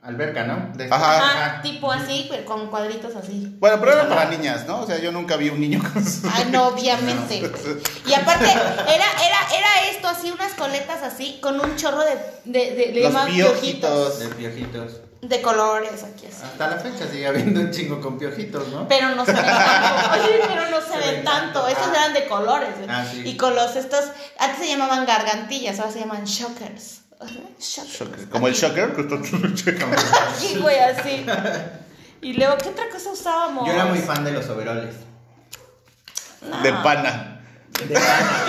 Alberca, ¿no? De-
Ajá.
Ajá, tipo así, pero con cuadritos así.
Bueno, pero era
Ojalá.
para niñas, ¿no? O sea, yo nunca vi un niño con su...
Ay, no, obviamente. güey. Y aparte, era, era, era esto, así, unas coletas así, con un chorro de, de, de- le
Los
llaman
piojitos.
De piojitos.
De colores, aquí así.
Hasta la fecha sigue habiendo un chingo con piojitos, ¿no?
Pero no se ven tanto. Oye, pero no se,
Se
ven,
ven
tanto.
tanto.
Estos
Ah.
eran de colores, güey.
Ah, sí.
Y con los estos. Antes se llamaban gargantillas, ahora se llaman shockers. Shockers.
Shocker. Como el shocker.
Aquí, güey, así. Y luego, ¿qué otra cosa usábamos?
Yo era muy fan de los overoles.
No.
de pana.
De pana.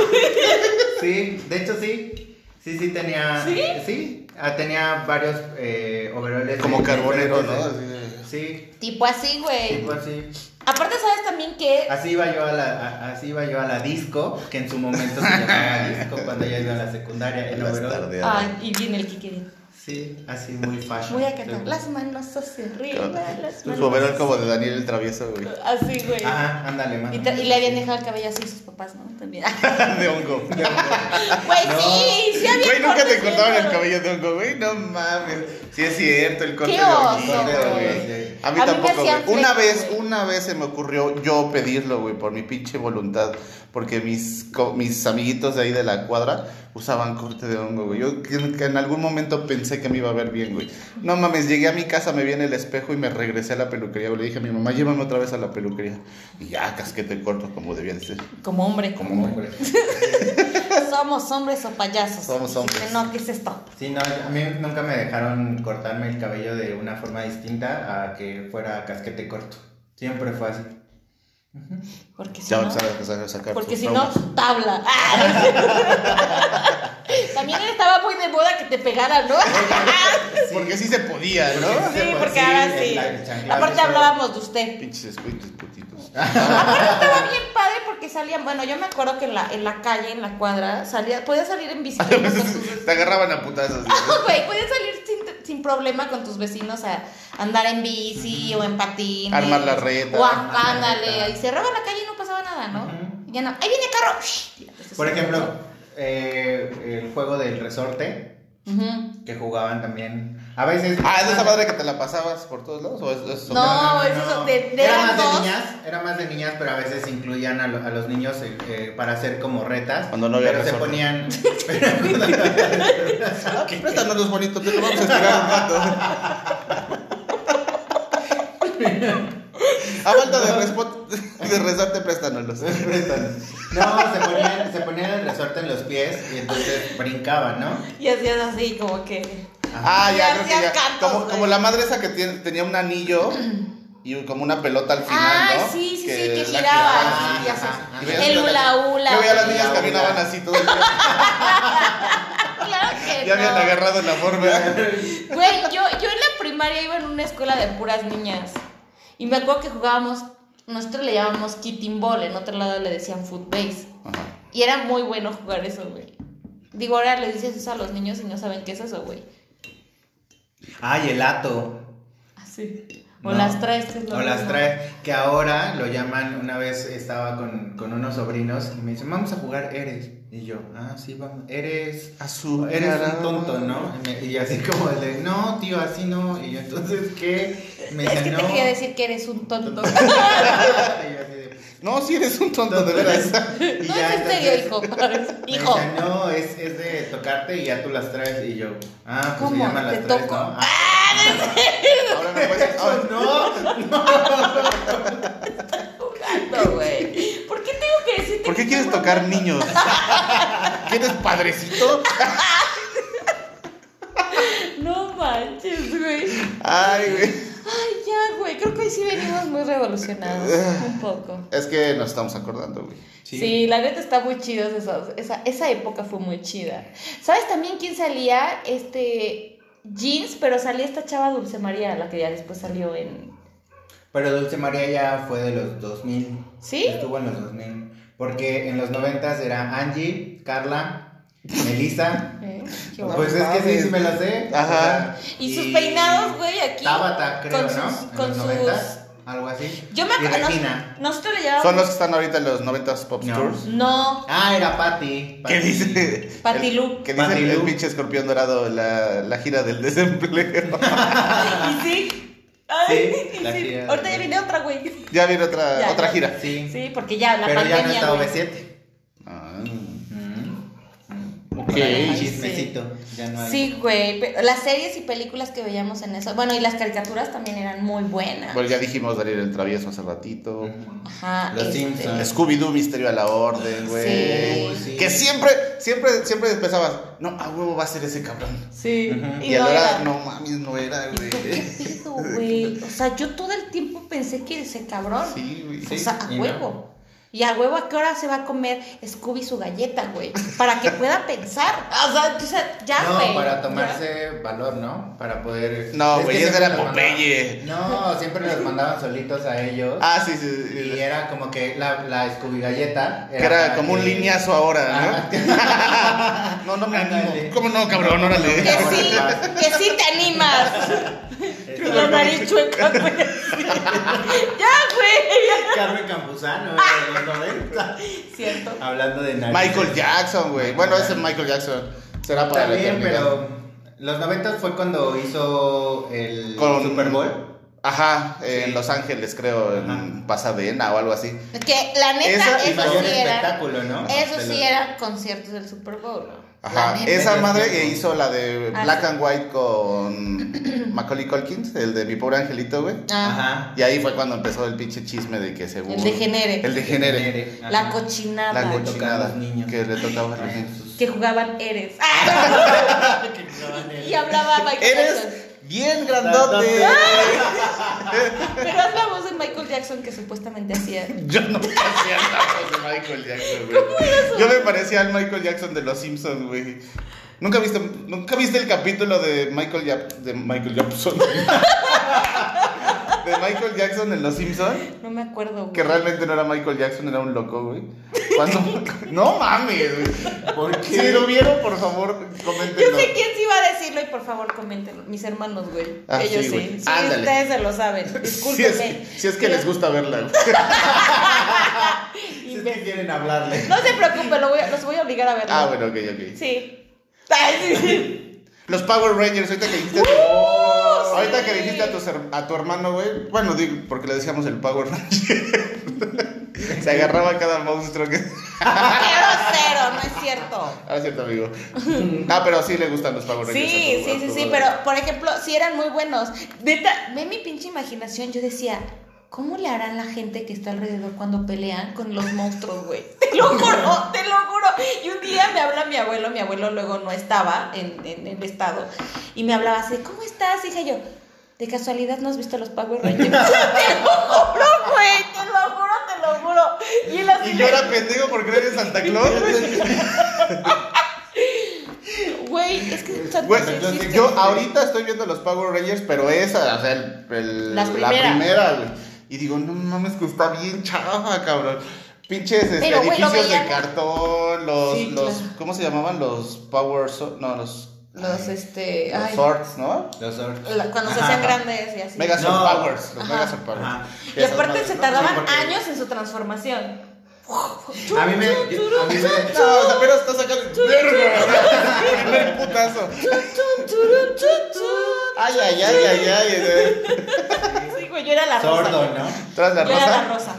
sí, de hecho sí. Sí, sí tenía.
¿Sí?
Ah, tenía varios eh, overoles.
Como
de-
carbonero,
de-
¿no?
de-
Así de-
Sí,
Tipo así, güey.
tipo así.
Aparte, ¿sabes también que
Así iba yo a la, a- así iba yo a la disco, que en su momento se llamaba disco cuando yo iba a la secundaria, el
Las
overol.
tardeadas.
Ay, y viene el Kike.
Sí, así muy fashion.
Voy a cantar.
Sí.
Las manos hacia arriba, las
Su
manos.
overol como de Daniel el Travieso, güey.
Así, güey.
Ajá, ándale, mano.
Y, ta- y le habían dejado el cabello así a sus papás, ¿no? También.
De hongo.
Güey,
No.
sí, sí había
Güey, nunca te
cortes
cortaban
bien
el
raros.
cabello de hongo, güey. No mames. Sí, es cierto, el corte
Qué
de honguito,
oso,
güey.
güey.
A mí
A mí me
tampoco,
hacían
güey. Una
fleco,
vez,
güey.
una vez se me ocurrió yo pedirlo, güey, por mi pinche voluntad. Porque mis, co- mis amiguitos de ahí de la cuadra usaban corte de hongo, güey. Yo que- que en algún momento pensé que me iba a ver bien, güey. No mames, llegué a mi casa, me vi en el espejo y me regresé a la peluquería. güey. Le dije a mi mamá, llévame otra vez a la peluquería. Y ya, casquete corto, como debía de ser.
Como hombre.
Como hombre.
Somos hombres o payasos.
Somos
Dijiste,
hombres.
No, ¿qué es esto?
Sí, no, a mí nunca me dejaron cortarme el cabello de una forma distinta a que fuera casquete corto. Siempre fue así.
Porque si
Ya
no,
van a empezar a sacar.
porque
sus
si no
traumas.
tabla. Ah. También estaba muy de moda que te pegaran, ¿no?
Sí.
Porque sí se podía, ¿no?
Porque
sí,
pues,
porque
sí,
ahora
el-
Ah, sí.
el chanclazo,
Aparte
eso.
hablábamos de usted.
Pinches escuintes putitos. Ah,
Aparte estaba bien padre porque salían, bueno, yo me acuerdo que en la, en la calle, en la cuadra, salía, podía salir en bicicleta con tus
pues, Te agarraban a putazos.
No, güey, podías salir sin, sin problema con tus vecinos a andar en bici o en patín.
Armar la reta.
O
Armar
la
a, ándale,
reta.
y cerraban la calle y no pasaba nada, ¿no?
Ujú.
Ya no. Ahí viene el carro. Shh, ya, pues,
Por
eso,
ejemplo,
¿no?
eh, el juego del resorte
Ujú.
que jugaban también. A veces.
Ah, ¿es esa madre que te la pasabas por todos lados? ¿O es, Ah, es
No. es eso, de- de
era
las
más
dos.
de niñas, era más de niñas, pero a veces incluían a, lo- a los niños eh, eh, para hacer como retas.
Cuando no había
Pero se
resorte.
ponían.
Ah, Préstanos los bonitos, te lo vamos a estirar un rato. A falta de, respo- de rezarte, préstanoslos.
No, se ponían, se ponían el resorte en los pies y entonces brincaban, ¿no?
Y hacías así como que.
Ah, ya, creo que ya.
Hacían cantos,
Como,
güey.
como la madre esa que tiene- tenía un anillo y como una pelota al final,
Ay,
¿no?
Ah, sí, sí, sí, que
la
giraba,
giraban,
sí,
sí,
ajá,
ajá.
ajá.
Y veías
El
que la-
hula hula,
Yo veía a las niñas
hula
caminaban
hula.
así todo el día.
Claro que
Ya
no.
habían agarrado la forma.
Güey, yo, yo en la primaria iba en una escuela de puras niñas. Y me acuerdo que jugábamos, nosotros le llamábamos kicking ball, en otro lado le decían footbase. Y era muy bueno jugar eso, güey. Digo, ahora le dices eso a los niños y no saben qué es eso, güey.
Ay, el ato.
Así. O
No.
las traes. es lo
O las
mismo.
traes, que ahora lo llaman, una vez estaba con, con unos sobrinos y me dicen, vamos a jugar Eres. Y yo, ah, sí, vamos, Eres,
Azul.
eres un tonto, ¿no? Y me- Y así como de, no, tío, así no. Y yo, entonces, ¿qué? Me
Es que
dicen,
te
no.
quería decir que eres un tonto.
Y yo así de,
No, sí eres un tonto, de veras.
y
No
ya,
es en serio,
entonces,
hijo.
me
Hijo.
decían, no, es, es de tocarte y ya tú las traes. Y yo, ah, pues
¿Cómo?
se llaman las
¿Te
traes,
toco?
¿no? Ah,
Ahora no puedes. ahora-
no.
No, güey. ¿Por qué tengo que decirte
¿Por qué
que
quieres
estoy
tocar
guapa?
niños? ¿Quieres padrecito?
No manches, güey.
Ay, güey.
Ay, ya, güey. Creo que hoy sí venimos muy revolucionados. Un poco.
Es que nos estamos acordando, güey.
Sí. la neta está muy chido eso. Esa, esa época fue muy chida. ¿Sabes también quién salía? Este. Jeans, pero salía esta chava Dulce María, la que ya después salió en.
Pero Dulce María ya fue de los 2000.
¿Sí?
Estuvo en los 2000. Porque en los 90 era Angie, Carla, Melissa.
¿Eh? Qué guapo.
pues es que sí, sí me la sé.
Ajá.
O sea,
Y sus peinados, güey, aquí.
Tabata, creo,
con
¿no?
sus-
en
con
los
sus-
90s, algo así.
Yo me
Y
acuerdo.
Regina.
Nosotros le llevábamos.
Son los que están ahorita en los 90s Pop
No.
Tours.
No,
Ah, era Patty.
¿Qué
Patty.
dice?
Patilú.
Que dice el,
Matilú.
el pinche escorpión dorado, la, la gira del desempleo.
Y sí. Ay,
Ah. Sí,
y
la
sí.
gira de-
Ahorita ya viene otra, güey.
ya viene otra,
Ya,
otra
ya.
gira.
Sí.
Sí, porque ya la
Pero ya no
pandemia.
está
güey.
OV7.
Ah.
Mm.
Ok.
Por ahí,
Ay, sí.
Chismecito. Ya no hay.
Sí, güey. pe- Las series y películas que veíamos en eso. Bueno, y las caricaturas también eran muy buenas.
Bueno, ya dijimos Daniel el Travieso hace ratito.
Ujú.
Ajá. este,
Los Simpsons.
Scooby-Doo, Misterio a la Orden, güey.
Uy,
sí.
Que siempre, siempre, siempre pensabas, no, a huevo va a ser ese cabrón.
Sí.
Ujú.
Y, a la hora,
era.
no mames, no era, güey.
¿Qué pedo, güey? O sea, yo todo el tiempo pensé que ese cabrón.
Sí, güey.
o
Sí,
sea, a
y no.
huevo. Y a huevo, ¿a qué hora se va a comer Scooby su galleta, güey? Para que pueda pensar. O sea, o sea, ya, güey.
No, para
Ya.
tomarse valor, ¿no? Para poder.
No,
que
güey, ese
siempre
era
los mandaban-
Popeye.
No, siempre los mandaban solitos a ellos.
Ah, sí, sí. sí.
Y era como que la, la Scooby Galleta.
Que era
para
como un
que-
lineazo ahora, ¿no? No, no me animo.
Ándale.
¿Cómo no, cabrón? Órale.
Que sí, que sí te animas. Con la nariz chueca, güey. Ya, güey.
Carmen Campuzano, eh, en los 90.
Cierto.
Hablando de nariz.
Michael Jackson, güey. Bueno, ese Michael Jackson será para la
También,
eternidad.
pero. Los 90 fue cuando hizo el
Con-
Super Bowl.
Ajá, en
Sí.
Los Ángeles, creo, en
Ajá.
Pasadena o algo así.
Que la neta,
Esa y
eso
mayor
sí era.
espectáculo, ¿no?
Eso
De
sí
los-
eran conciertos del Super Bowl. ¿no?
Ajá,
La neta.
esa
Medio
madre
tiempo.
que hizo la de
Ah,
Black
sí.
and White con Macaulay Culkin, el de Mi Pobre Angelito, güey.
Ah,
Ajá.
Y ahí fue cuando empezó el pinche chisme de que según...
El degenere.
El degenere.
Genere, ajá.
la cochinada.
La
Le cochi- tocaba a
cochinada
los niños.
que le tocaba a los niños.
que jugaban Eres. Ah, y hablaba Michael Jackson.
Eres bien grandote.
Pero haz la voz de Michael Jackson que supuestamente hacía.
Yo no parecía la voz de Michael Jackson, güey. Yo me parecía al Michael Jackson de los Simpsons, güey. ¿Nunca viste, ¿Nunca viste el capítulo de Michael, Jap- de Michael Jackson? de Michael Jackson en Los Simpsons,
No me acuerdo, güey.
que realmente no era Michael Jackson, era un loco, güey. Cuando... No mames, güey.
¿Por qué?
Si lo vieron, por favor,
Yo
coméntenlo.
sé quién sí iba a decirlo y por favor coméntenlo. Mis hermanos, güey.
Ah,
Ellos
sí,
sí.
güey.
Sí,
Ándale.
ustedes se lo saben.
Si
Discúlpenme.
es, si es que les gusta verla, güey.
Si es que quieren hablarle.
No se preocupen, lo voy a- los voy a obligar a verlo.
Ah, bueno, ok, ok.
Sí. Ay, sí.
Los Power Rangers, ahorita que dijiste...
Oh,
Ahorita
¡Uh, sí.
que dijiste a tu, her- a tu hermano, güey. Bueno, digo, porque le decíamos el Power Ranger. Se agarraba a cada monstruo que.
Qué grosero, no es cierto.
Ahora es cierto, amigo. Ah, pero sí le gustan los Power Rangers.
Sí,
a tu-
sí,
a
sí,
tu
sí,
brother.
pero por ejemplo, sí eran muy buenos. Neta, ve mi pinche imaginación, yo decía, ¿cómo le harán la gente que está alrededor cuando pelean con los monstruos, güey? Te lo juro, te lo juro. Y un día me habla mi abuelo, mi abuelo luego no estaba en, en el estado, y me hablaba así, ¿cómo estás, hija? Y yo, de casualidad no has visto los Power Rangers. te lo juro, güey, te lo juro, te lo juro. Y él así,
Y yo era pendejo porque eres Santa Claus.
güey, es que...
Güey,
sí existe.
yo ahorita estoy viendo los Power Rangers, pero esa, o sea, el, el-
Las
la
primeras.
primera, güey. Y digo, no mames, que está bien chava, cabrón. Pinches este,
Pero, güey, lo
edificios de
veíamos.
cartón, los,
Sí,
los
claro.
¿cómo se llamaban? Los Power, so- no, los
los este,
Los
ay,
sorts, ¿no?
Los orcos.
la- cuando se
Ajá.
hacían grandes y así.
Mega
No.
Sword Powers. Los
Ajá.
Mega Sword Powers.
Ajá.
y aparte se tardaban
Sí, porque-
años en su transformación.
A mí me. yo- a mí me-
No, o sea, apenas está sacando. ¡Verga! Primer putazo.
Chun, churun, chun, chun.
Ay, ay, ay, ay, ay. eh.
Sí, güey, yo era la rosa.
Sordo, ¿no?
Tras la
Yo era la
rosa.
rosa.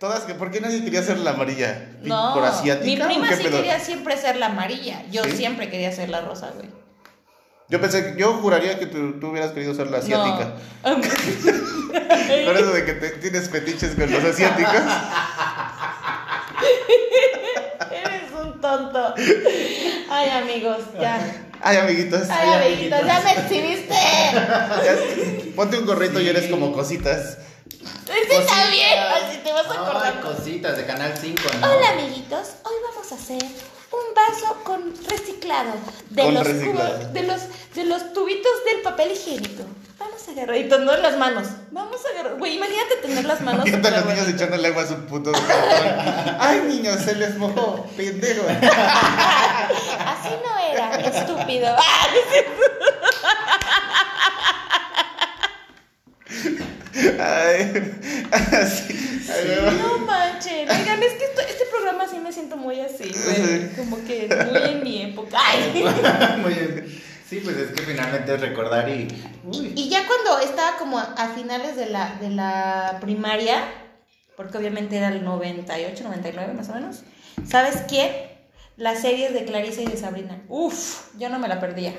Todas que, ¿por qué nadie quería ser la amarilla? ¿Pi-
No,
¿Por asiática?
mi
o
prima
qué
sí
pedo?
quería siempre ser la amarilla. Yo
¿Sí?
siempre quería ser la rosa, güey.
Yo pensé, yo juraría que tú, tú hubieras querido ser la asiática.
No.
Por eso de que te- tienes fetiches con los asiáticos.
Eres un tonto. Ay, amigos, ya.
Ay, amiguitos.
Ay, amiguitos,
amiguitos.
ya me exhibiste.
Ya, ponte un gorrito y eres como cositas.
Ese también. Así te vas a
Ay,
acordar.
cositas de Canal 5, ¿no?
Hola, amiguitos. Hoy vamos a hacer un vaso con reciclado de
Con
los
reciclado.
cubos- de los de los tubitos del papel higiénico. Vamos a agarrar y no en las manos. Vamos a agarrar. Güey, imagínate tener las manos.
Y andan los
superbuenas.
niños echándole agua a su puto cartón. Ay, niños, se les mojó. Pendejo.
Así no era, estúpido. ¡Ah!
Ay, así. Ay, me va.
No manchen. Oigan, es que esto- este programa sí me siento muy así, güey. Como que muy en mi época. Ay.
Muy bien. Sí, pues es que finalmente es recordar y. Uy.
Y ya cuando estaba como a finales de la, de la primaria, porque obviamente era el 98, 99 más o menos, ¿sabes qué? Las series de Clarice y de Sabrina. Uf, yo no me la perdía.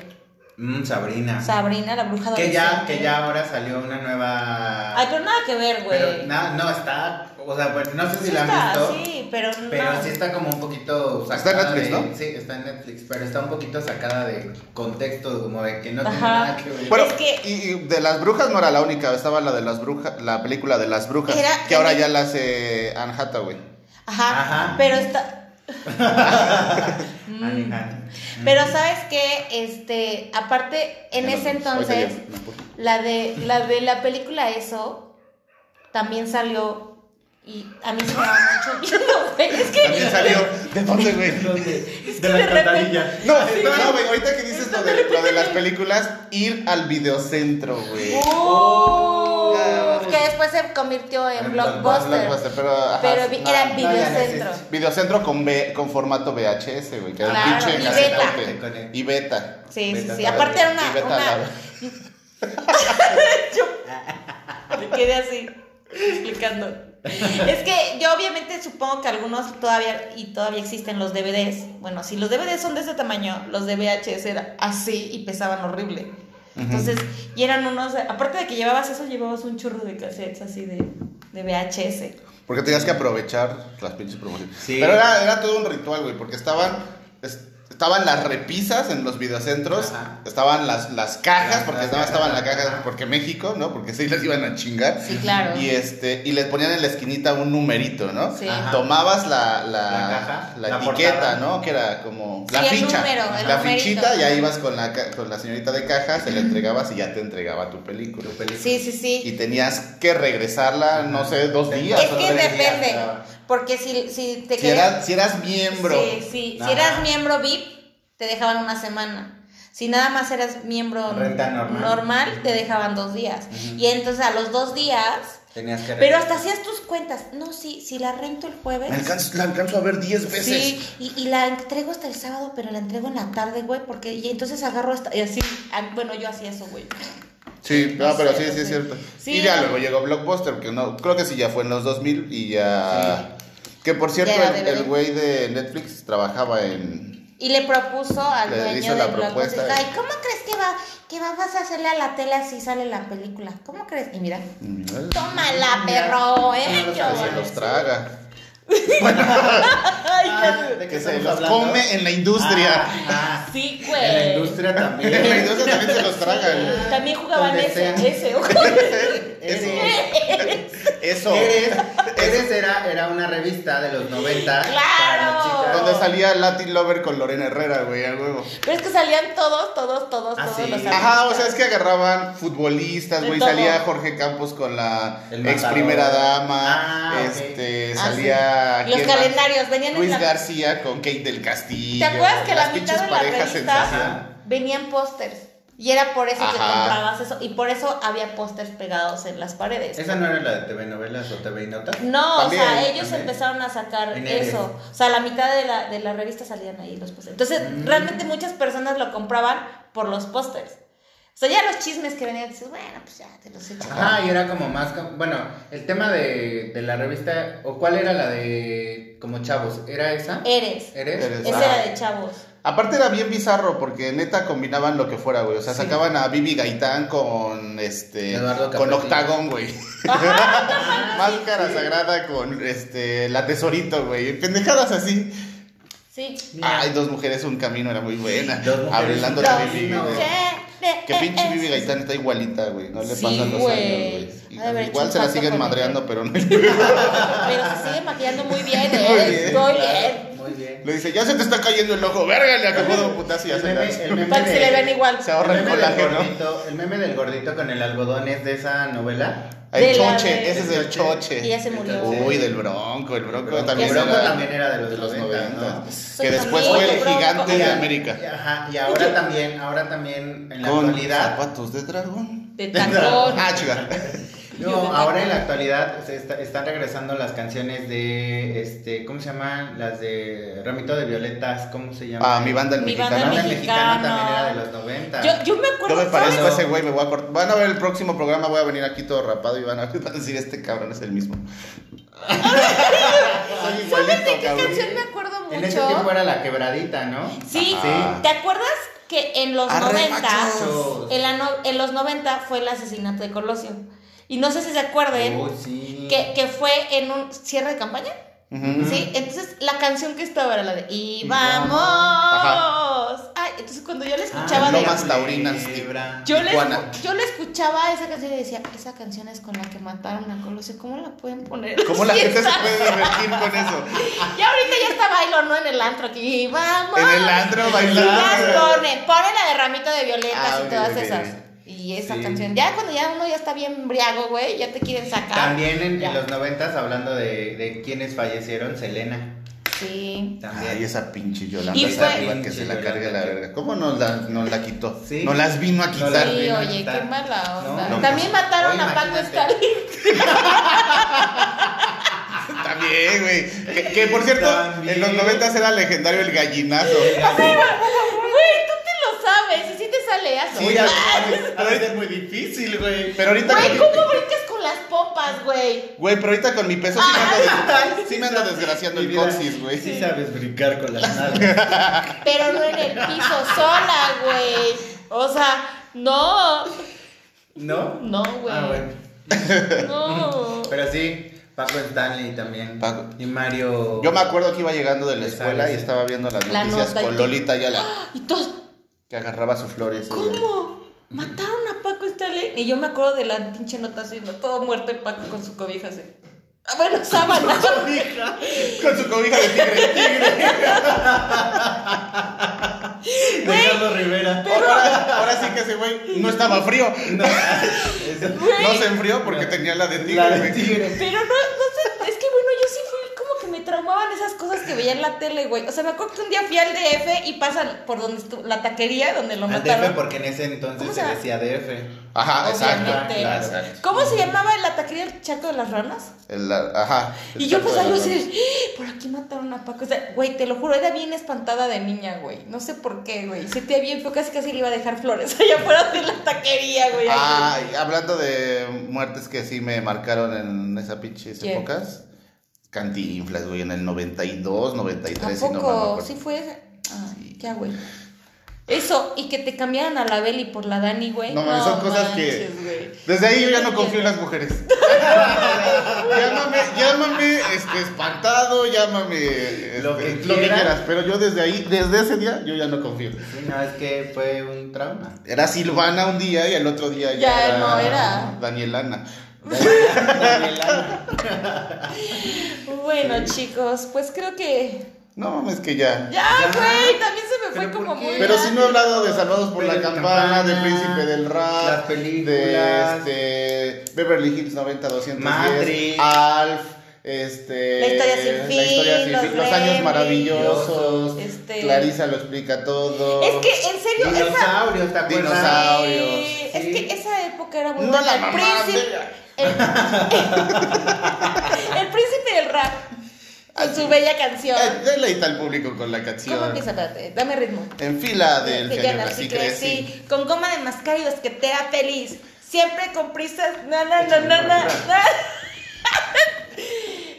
Mm, Sabrina.
Sabrina, la bruja
que ya,
adolescente.
que ya ahora salió una nueva.
Ay, pero nada que ver, güey.
Pero na- no, está. O sea, bueno, no sé si
Sí
la
está,
han visto.
sí, pero no.
Pero sí está como un poquito
Está en
sacada
Netflix,
de-
¿no?
Sí, está en Netflix, pero está un poquito sacada de contexto, como de que no tiene
Ajá.
nada que ver.
Bueno,
Es que-
y, y de las brujas no era la única, estaba la de las brujas, la película de las brujas,
Era-
que ahora ya la hace Anne Hathaway.
Ajá,
Ajá.
pero está... Mm.
Ani, Ani.
Pero sabes que, este, aparte, en
Ya
ese
nos vemos. Ahorita
entonces,
ya, no importa.
la de, la de la película Eso también salió y a mí se me daba mucho miedo, güey. Es que
También salió. ¿De dónde, güey?
de,
que de repente-
No, no, no, güey, ahorita que dices lo de, lo de las películas, ir al videocentro, güey.
Uh, ¡Oh!
Ah,
que después se convirtió en
En
blockbuster.
Blockbuster, pero, ajá,
Pero
sí,
vi-
no,
era
no,
video-
ya no.
videocentro.
Videocentro con, V- con formato VHS, güey, que era
Claro,
un pinche
y
casetote.
beta. Con el-
Y beta.
Sí, sí,
Vete a
sí.
la
Aparte era una.
Y vete a la-
una... Yo me quedé así, explicando. Es que yo obviamente supongo que algunos todavía, y todavía existen los DVDs. Bueno, si los DVDs son de ese tamaño, los de VHS eran así y pesaban horrible. Entonces, y eran unos, aparte de que llevabas eso, llevabas un churro de cassettes así de, de VHS.
Porque tenías que aprovechar las pinches promociones.
Sí.
Pero era, era todo un ritual, güey, porque estaban, es- estaban las repisas en los videocentros,
Ajá.
estaban las, las cajas,
Las-
porque
las
estaban,
cajas,
estaban las cajas,
ajá.
porque México, ¿no? Porque sí las iban a chingar.
Sí, claro.
Y este, y les ponían en la esquinita un numerito, ¿no?
Sí.
Ajá.
Tomabas la, la,
La caja,
la
la
etiqueta,
portada.
¿no? Que era como
Sí,
la
el
ficha.
número, el
la
numerito.
fichita, ya ibas con la, ca- con la señorita de caja, se la entregabas y ya te entregaba tu película.
Sí, sí, sí.
Y tenías que regresarla, no sé, dos días.
es
o
que
tres días,
depende,
¿no?
porque si, si te
Si
quedas...
eras, si eras miembro.
Sí, sí. Si
Ajá.
eras miembro VIP, te dejaban una semana. Si nada más eras miembro
Renta normal.
normal, te dejaban dos días. Y entonces a los dos días,
Tenías que
pero hasta hacías tus cuentas. No, sí, si la rento el jueves.
Me alcanzo, la alcanzo a ver 10 veces.
Sí, y, y la entrego hasta el sábado, pero la entrego en la tarde, güey, porque y entonces agarro hasta... Y así, ah, bueno, yo hacía eso, güey.
Sí,
No
no, pero sí,
sé, no
sí,
sé.
es cierto.
Sí,
y ya
no.
luego llegó Blockbuster, que no, creo que sí, ya fue en los 2000 y ya... Que por cierto,
Ya era
el-
DVD.
el güey de Netflix trabajaba en...
Y le propuso al
Le hizo
dueño
la
de Blockbuster,
propuesta.
ay, ¿cómo crees que va que va- vas a hacerle a la tela si sale la película? ¿Cómo crees? Y mira, tómala, perro, eh.
no lo
qué
sabía,
Se
bueno.
los traga.
Ay,
Ah,
qué-
¿de qué
Que se
estamos
los
hablando?
come en la industria.
Ah, ah.
Sí,
En la
güey.
industria
En la
también.
industria también se los tragan.
También jugaban
Donde
ese,
sea.
ese, ojo.
Eres.
Eso.
Eres, Eres era, era una revista de los 90 para
Claro.
las chicas.
Donde salía Latin Lover con Lorena Herrera, güey, a huevo.
Pero es que salían todos, todos, todos,
Ah,
todos
sí.
los
Ajá, o
artistas.
sea, es que agarraban futbolistas,
De
güey.
todo.
Salía Jorge Campos con la
El
ex
matador.
primera dama.
Ah, ok.
Este,
Ah,
salía.
Los
¿quién más?
calendarios venían en
Luis
la-
García con Kate del Castillo.
¿Te acuerdas que
las
la mitad
pinches
de la
parejas sensacional.
revista venían pósters? Y era por eso que
Ajá.
comprabas eso. Y por eso había pósters pegados en las paredes.
¿Esa no era la de TV Novelas o TV Notas?
No,
También,
o sea, ellos
también.
empezaron a sacar
En el-
eso. O sea, la mitad de la, de la revista salían ahí los pósters. Entonces, realmente muchas personas lo compraban por los pósters. O sea, ya los chismes que venían, dices, bueno, pues ya te los he hecho.
Ajá, y era como más. com- Bueno, el tema de, de la revista. ¿O cuál era la de. como chavos? ¿Era esa?
Eres.
¿Eres?
Eres.
Ese
Ah.
era de chavos.
Aparte era bien bizarro porque neta combinaban lo que fuera, güey. O sea,
Sí.
sacaban a Bibi Gaitán con este
Eduardo
con
Capetillo.
Octagón, güey.
Ajá.
Máscara sagrada con este la Tesorito, güey. Pendejadas así.
Sí.
Ay, dos mujeres un camino era muy buena.
Dos mujeres,
Hablando
un
de
camino.
Bibi. güey.
Eh,
Que pinche Bibi Gaitán está igualita, güey. No le
Sí,
pasan los
güey.
años,
Ha de haber
güey.
hecho
Igual
un
se la
pacto
siguen
con
madreando, pero no.
Pero se sigue maquillando muy bien,
Muy
¿eh?
bien,
Muy
Claro,
bien.
Ah, Muy bien.
Le dice, ya se te está cayendo el ojo, verga, le acabó de un putazo y ya
El
se
meme,
la-
el meme
Para que se
de-
le vean igual.
Se ahorra
el
el
meme del
colágeno.
gordito- El meme del gordito con el algodón es de esa novela.
El
De la
choche,
de-
ese es el choche.
Y ya se murió.
Entonces,
Uy, del Bronco, el Bronco
Bronco.
también,
El Bronco
era,
también era de los 90, ¿no?
Que
Soy
después
amigo
fue el
del Bronco.
gigante de
Y a- y-
América.
Ajá, y ahora también, ahora también en la
Con
actualidad.
zapatos de dragón.
De tacón.
Ah, chica.
No, ahora en la actualidad se está- están regresando las canciones de este, ¿cómo se llaman? Las de Ramito de Violetas, ¿cómo se llama?
Ah, mi banda el
Mi
mexicano.
banda el
Banda mexicana
Mexicano.
también era de los 90.
Yo, yo me
Yo
acuerdo.
me parezco a
¿sabes?
ese güey, me voy a cortar. Van a ver el próximo programa, voy a venir aquí todo rapado y van a van a decir, este cabrón es el mismo. Soy igualito,
¿Qué
cabrón.
canción me acuerdo mucho?
en ese tiempo era la quebradita, ¿no?
Sí,
Ajá.
¿te acuerdas que en los
Arre,
90,
machos.
en, la no- en los 90 fue el asesinato de Colosio? Y no sé si se acuerden
Uy, sí.
que, que fue en un cierre de campaña.
Ujú.
Sí, entonces la canción que estaba era la de Y
Y
vamos.
vamos.
Ay, entonces cuando yo la
Ah,
escuchaba de-
Lomas Taurinas.
Culebra.
yo, la
Tijuana.
escu- yo la escuchaba esa canción y decía, esa canción es con la que mataron a Colosio, ¿cómo la pueden poner?
¿Cómo la
Sí,
gente se
está-
puede divertir con eso?
Y ahorita ya está bailo, ¿no? En el antro aquí. Vamos.
En el antro bailando.
Las pone, pone la de ramito de violetas
Ah,
y
ok,
todas
ok.
esas. Y esa
Sí.
canción. Ya cuando ya uno ya está bien embriago, güey, ya te quieren sacar.
También en, en
Ya.
los noventas, hablando de, de quienes fallecieron, Selena.
Sí.
También.
Ay, esa pinche Yolanda
Y fue-
Saldívar que se la
Pinche
cargue la
Yolanda.
verga. ¿Cómo nos la, nos la quitó?
Sí.
Nos las vino a
Nos las
quitar.
vino.
Sí,
bien,
oye,
está.
qué mala onda.
No,
no,
También
pues,
mataron
oye,
a Paco
imagínate.
Stanley.
También, güey. Que, que, por cierto,
También.
en los 90 era legendario el gallinazo.
Güey, tú te lo sabes. Y si te sale eso.
Sí,
Güey,
a-
A veces es muy difícil, güey.
pero ahorita. con-
¿cómo brincas con las pompas, güey?
Güey, pero ahorita con mi peso sí me anda,
Ah.
des- sí me anda desgraciando
Mi
el
vida,
coxis, güey.
Sí sabes brincar con las nalgas.
Pero no en el piso sola, güey. O sea, no.
¿No?
No, güey.
Ah, bueno.
No.
Pero sí, Paco Stanley también.
Paco.
Y Mario.
Yo me acuerdo que iba llegando de la
Le
escuela
sale,
y
sí.
estaba viendo las
La
noticias
nota y
con
todo.
Lolita Ayala,
Y todos,
que agarraba su flores.
¿cómo? Mataron a Paco Stanley. Y yo me acuerdo de la pinche nota así, ¿no? todo muerto el Paco con su cobija así. Ah, Bueno, sábana.
Con su cobija de tigre, tigre.
De Carlos Rivera.
Ahora, ahora sí que ese güey no estaba frío.
No. Eso.
Güey.
No se enfrió porque tenía la de tigre.
La de
güey.
tigre.
Pero no, no sé, es que bueno, yo sí fui como que me traumaban esas cosas que veía en la tele, güey. O sea, me acuerdo que un día fui al DF y pasan por donde estuvo, la taquería donde lo
Al
mataron.
DF porque en ese
¿Cómo
entonces
se
se
llama?
decía DF.
Ajá, exacto.
Obviamente.
Claro, exacto.
¿Cómo se llamaba la taquería del Chaco de las Ranas?
El- ajá.
Y yo pues algo
algo
así, ¡Ah! por aquí mataron a Paco. O sea, güey, te lo juro, era bien espantada de niña, güey. No sé por qué, güey. Sentía bien, pero casi casi le iba a dejar flores allá afuera de la taquería, güey.
Ah, y hablando de muertes que sí me marcaron en esas pinches
¿Quién?
épocas. Cantinflas, güey, en el 92, 93
¿A
y no me
poco?
acuerdo.
¿Sí fue esa? Ah, ya, güey. Eso, y que te cambiaran a la Beli por la Dani, güey.
No, mames, son cosas que-
manches, güey.
Desde ahí yo ya no confío en las mujeres. llámame, llámame este, espantado, llámame este,
Lo que quieras.
quieras, pero yo desde ahí, desde ese día, yo ya no confío.
Sí, no, es que fue un trauma.
Era Silvana un día y el otro día ya,
Ya no era.
Danielana.
Bueno, chicos, pues creo que.
No mames, que ya.
¡Ya,
Ya.
güey! También se me fue
¿Pero por
como
qué?
muy.
Pero si
rápido.
no he hablado de Salvados por la
Pero
Campana, de
Campana,
Príncipe del Rap,
las películas.
de este, Beverly Hills 90210,
Matrix.
Alf, este,
La historia sin
La
fin,
Historia sin
Los
fin, los años
Gremlins,
maravillosos,
este-
Clarisa lo explica todo.
Es que, en serio, esa.
Dinosaurios, ¿te acuerdas?
Dinosaurios.
Sí, Eh, Es que esa época era muy
No
buena.
la
El
mamá,
príncipe-
verga.
El, el príncipe del rap. Con su bella canción.
Ah, Eh, deleita al público con la canción.
¿Cómo empieza? Espérate, dame ritmo.
En
Que
Filadelfia,
ya
yo
nací,
nací, crecí.
crecí. Con goma de mascar y basquetera feliz. Siempre con prisas. Na, na, na, na, na, na.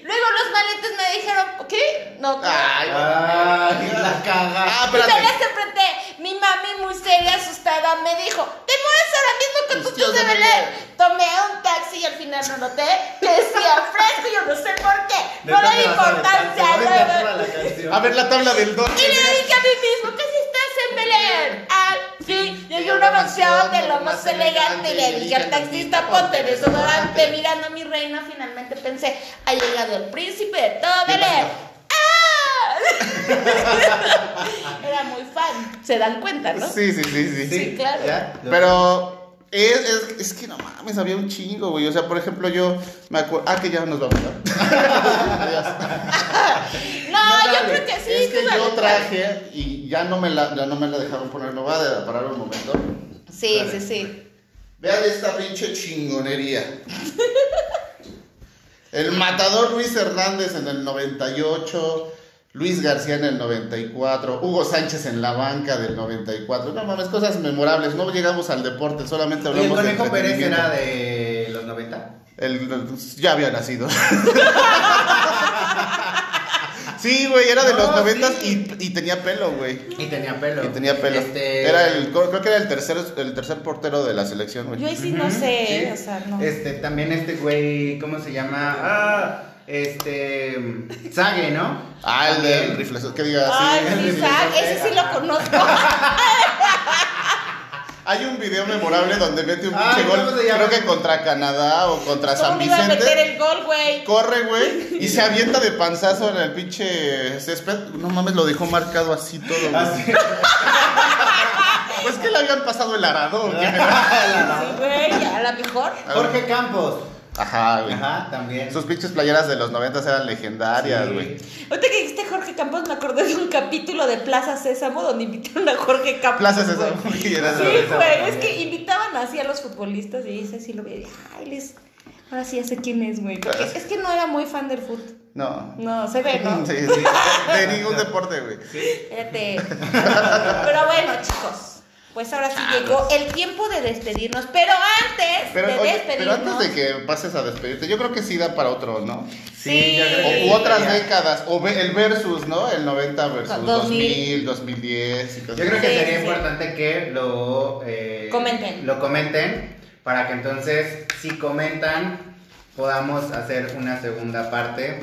Luego los maletes me dijeron, ¿qué? No,
Ay,
Ay, la caga.
ah,
Pero
espérate.
las enfrenté. Mi mami, muy seria, asustada, me dijo: Te mueres ahora mismo con tus tíos de Belén. Tomé un taxi y al final no noté que decía fresco y yo no sé por qué. No le di importancia. no, no.
A ver la tabla del don.
Y le dije a mí mismo: ¿Qué si estás en Belén? Ah, sí. Y hay una mansión de lo más elegante. Y le dije al taxista: Ponte desodorante. Mirando a mi reina, finalmente pensé: Ha llegado el príncipe de todo Belén. ¡Ah! Era muy fan, se dan cuenta, ¿no?
Sí, sí, sí, sí.
Sí, claro.
¿Ya?
Pero es, es, es que no mames, había un chingo, güey. O sea, por ejemplo, yo me acuerdo. Ah, que ya nos vamos, ¿no?
No,
No,
Ah, yo
dale.
creo que sí.
Es que
tú dale.
yo traje y ya no me la, ya no me la dejaron poner. No va a parar un momento.
Sí,
Dale.
sí, sí.
Vean esta pinche chingonería. El matador Luis Hernández en el 98, Luis García en el 94, Hugo Sánchez en la banca del 94. No mames, cosas memorables. No llegamos al deporte, solamente
¿Y el
hablamos de
conejo Pérez
entretenimiento.
era de los 90?
El- el- ya había nacido. sí, güey, era de los
No,
noventas
sí.
y, y tenía pelo, güey.
Y tenía pelo.
Y tenía pelo.
Este-
Era el, creo que era el tercer, el tercer portero de la selección,
Yo
güey.
ahí sí no
Ujú,
sé,
sí.
o sea, no.
Este, también este güey, ¿cómo se llama? Ah, este. Sage, ¿no?
Ah, el del
También.
rifle, que diga
Ay,
sí.
sí, Zac, ese sí lo conozco.
Hay un video memorable donde mete un
Ay,
pinche gol,
¿cómo se llama?
creo que contra Canadá o contra
¿Cómo
San
me iba a meter
Vicente.
el gol, güey?
Corre, güey, y se avienta de panzazo en el pinche césped. No mames, lo dejó marcado así todo, güey.
Así.
Pues que le habían pasado el aradón.
Sí, güey, a lo mejor.
Jorge Campos.
Ajá, güey.
Ajá, también.
Sus pinches playeras de los 90 eran legendarias,
Sí.
güey.
Ahorita que dijiste Jorge Campos, me acordé de un capítulo de Plaza Sésamo donde invitaron a Jorge Campos.
Plazas
güey.
esas, güey, eran-
Sí,
Sésamo
güey, es
también.
que invitaban así a los futbolistas y ese sí lo veía. Ay, les... ahora sí ya sé quién es, güey. Porque Es que no era muy fan del fútbol.
No.
No, se ve, ¿no?
Sí, sí. De ningún deporte, güey.
Espérate. Pero bueno, chicos. Pues ahora
Ah,
sí llegó el tiempo de despedirnos. Pero antes
Pero,
de
oye, pero
despedirnos.
antes de que pases a despedirte, yo creo que sí da para otros, ¿no?
Sí.
yo creo que
O,
sí.
u otras
Ya.
décadas, o ve- el versus, ¿no? El 90 versus 2000,
2000,
2010 y cosas
Yo creo que
Sí,
sería
sí.
importante que lo eh,
Comenten.
Lo comenten para que entonces, si comentan, podamos hacer una segunda parte,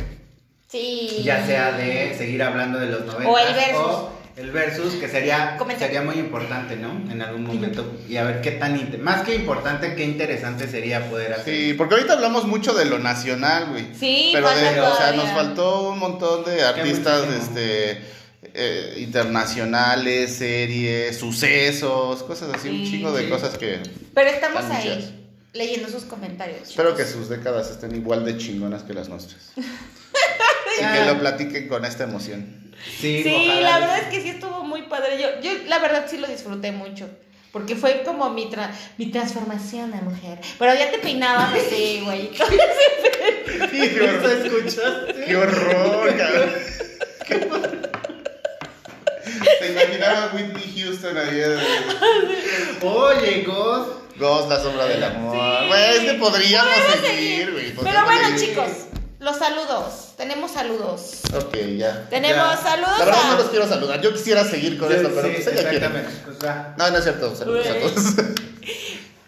Sí.
ya sea de seguir hablando de los 90
O el versus.
el versus, que sería,
Comenten.
sería muy importante, ¿no? En algún momento. Y a ver qué tan. inte- Más que importante, qué interesante sería poder hacer.
Sí, porque ahorita hablamos mucho de lo nacional, güey.
Sí,
pero
falta
de, o sea,
todavía.
nos faltó un montón de artistas
muchísimo.
este eh, internacionales, series, sucesos, cosas así, un
Sí,
chingo de
sí.
cosas que
Pero estamos
Están muchas.
ahí leyendo sus comentarios. chicos.
espero que sus décadas estén igual de chingonas que las nuestras. y que lo platiquen con esta emoción.
Sí,
Sí,
ojalá.
la verdad es que sí estuvo muy padre. Yo, yo la verdad sí lo disfruté mucho. Porque fue como mi, tra- mi transformación de mujer. Pero ya te peinabas así, güey.
qué
¿Eso
horror,
escuchaste?
qué horror, cabrón. Se imaginaba Whitney Houston ahí eh, de-
Oye, Ghost.
Ghost, la sombra del amor.
Sí.
Güey, es que podríamos
Podríamos
seguir, güey.
Pero
podríamos
bueno,
seguir.
chicos, los saludos. Tenemos saludos.
Ok, ya.
Tenemos
Ya.
saludos
La verdad no los
a.
quiero saludar. Yo quisiera seguir con
Sí,
esto, pero
sí,
pues ella quiere.
exactamente. Pues va.
No, no es cierto. Saludos a
Güey.
todos.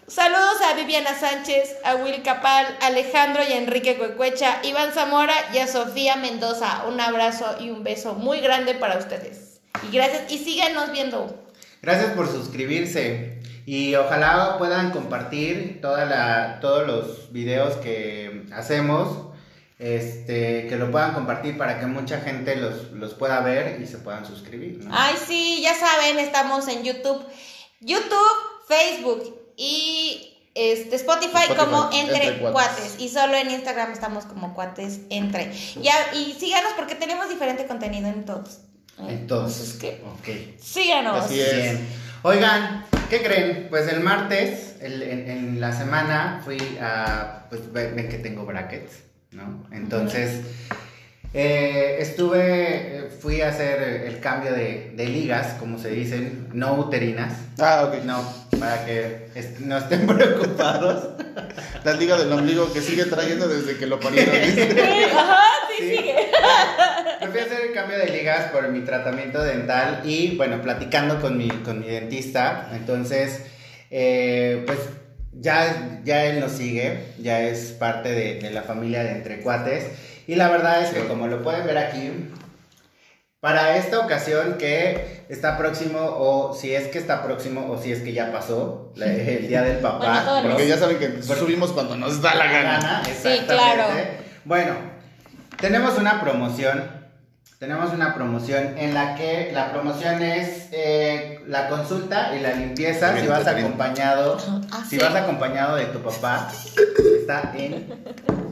Saludos a Viviana Sánchez, a Will Capal, a Alejandro y a Enrique Cuecuecha, Iván Zamora y a Sofía Mendoza. Un abrazo y un beso muy grande para ustedes. Y gracias. Y síganos viendo.
Gracias por suscribirse. Y ojalá puedan compartir toda la, todos los videos que hacemos, este, que lo puedan compartir para que mucha gente los, los pueda ver y se puedan suscribir. ¿no?
Ay, sí, ya saben, estamos en YouTube, YouTube, Facebook y este, Spotify,
Spotify,
como entre,
Entre
cuates.
Cuates.
Y solo en Instagram estamos como cuates entre. Ya, y síganos porque tenemos diferente contenido en todos. Entonces,
Entonces,
¿qué?
Ok.
Síganos.
Así es.
Bien. Oigan, ¿qué creen? Pues el martes, el- en, en la semana, fui a. Pues ve- ven que tengo brackets, ¿no? Entonces, eh, estuve. eh, Fui a hacer el cambio de, de ligas, como se dicen, no uterinas.
Ah, ok.
No, para que est- no estén preocupados.
La liga del ombligo que sigue trayendo desde que lo parieron. dice.
Ajá, sí,
Sí.
sigue.
Me fui a hacer el cambio de ligas por mi tratamiento dental y bueno, platicando con mi, con mi dentista. Entonces, eh, pues ya, ya él nos sigue, ya es parte de, de la familia de Entre Cuates. Y la verdad es que como lo pueden ver aquí, para esta ocasión que está próximo o si es que está próximo o si es que ya pasó la- el Día del Papá.
Bueno, todos los
Porque ya saben que subimos cuando nos da la gana.
Exactamente.
claro.
Bueno, tenemos una promoción. Tenemos una promoción en la que la promoción es eh, la consulta y la limpieza.
Bien,
si vas
está bien.
acompañado,
Ah, sí.
si vas acompañado de tu papá, está en,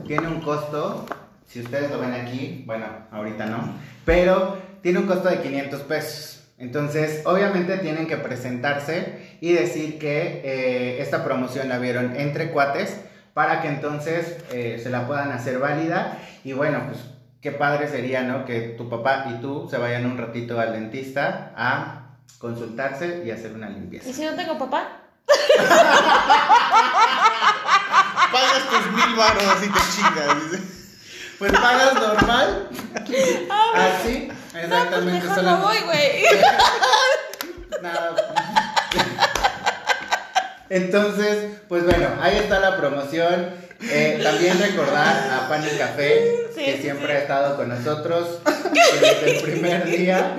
tiene un costo. Si ustedes lo ven aquí, bueno, ahorita no, pero tiene un costo de 500 pesos. Entonces, obviamente tienen que presentarse y decir que eh, esta promoción la vieron entre cuates para que entonces eh, se la puedan hacer válida. Y bueno, pues qué padre sería, ¿no? Que tu papá y tú se vayan un ratito al dentista a consultarse y hacer una
¿Y
limpieza.
si no tengo papá?
Pagas tus mil baros y te chingas. dice.
Pues pagas normal. Así.
Ah, No, pues
Exactamente.
mejor
solo-
no voy, güey.
Nada. Entonces, pues bueno, ahí está la promoción. Eh, también recordar a Pan y Café,
Sí,
que
sí,
siempre
sí.
ha estado con nosotros desde el primer día.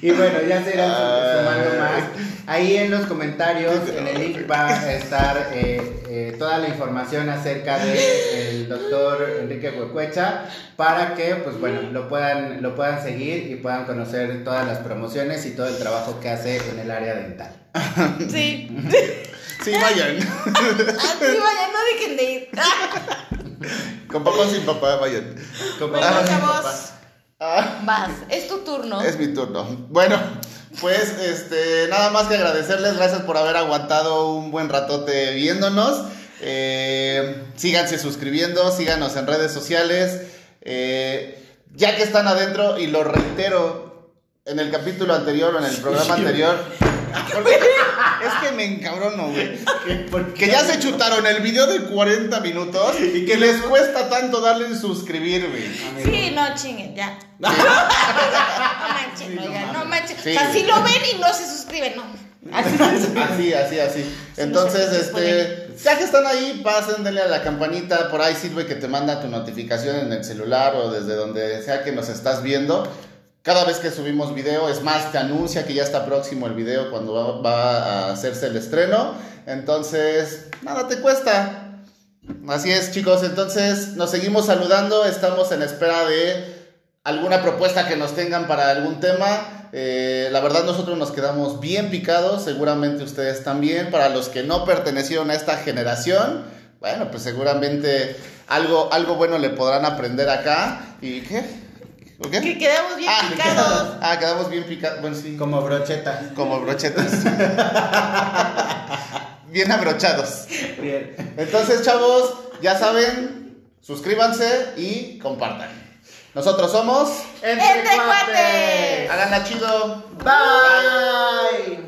Y bueno, ya se irán sum- sumando más. Ahí en los comentarios, en el link va a estar eh, eh, toda la información acerca del doctor Enrique Huecuecha para que, pues bueno, lo puedan, lo puedan seguir y puedan conocer todas las promociones y todo el trabajo que hace en el área dental.
Sí.
Sí, vayan.
Así vaya, no dejen de ir.
Con papá o sin papá, vayan.
Como-
Bueno,
Ah,
chavos,
Ah.
vas. Es tu turno.
Es mi turno. Bueno, pues este, nada más que agradecerles, gracias por haber aguantado un buen ratote viéndonos. Eh, síganse suscribiendo, síganos en redes sociales. Eh, ya que están adentro, y lo reitero, en el capítulo anterior o en el programa anterior. porque es que me encabrono, güey. Que ya se chutaron el video de 40 minutos y que les cuesta tanto darle en suscribir, güey.
amigo.
Sí, no chinguen, ya. No manchen,
no
oigan, no
mames.
manchen.
Sí.
O sea, si lo ven y no se suscriben, no. Así
Así, así, así. Entonces,
no sé cómo se
este, ya que están ahí, pasen, denle a la campanita, por ahí sirve que te manda tu notificación en el celular o desde donde sea que nos estás viendo. Cada vez que subimos video, es más, te anuncia que ya está próximo el video cuando va, va a hacerse el estreno. Entonces, nada te cuesta. Así es, chicos. Entonces, nos seguimos saludando. Estamos en espera de alguna propuesta que nos tengan para algún tema. Eh, la verdad nosotros nos quedamos bien picados, seguramente ustedes también. Para los que no pertenecieron a esta generación, bueno, pues seguramente algo, algo bueno le podrán aprender acá. ¿Y qué? ¿O qué?
que quedamos bien
Ah,
picados.
ah, quedamos bien picados. Bueno, sí,
Como brocheta.
como brochetas. bien abrochados.
Bien.
Entonces, chavos, ya saben, suscríbanse y compartan. Nosotros somos...
Entre cuates.
Háganla chido.
Bye.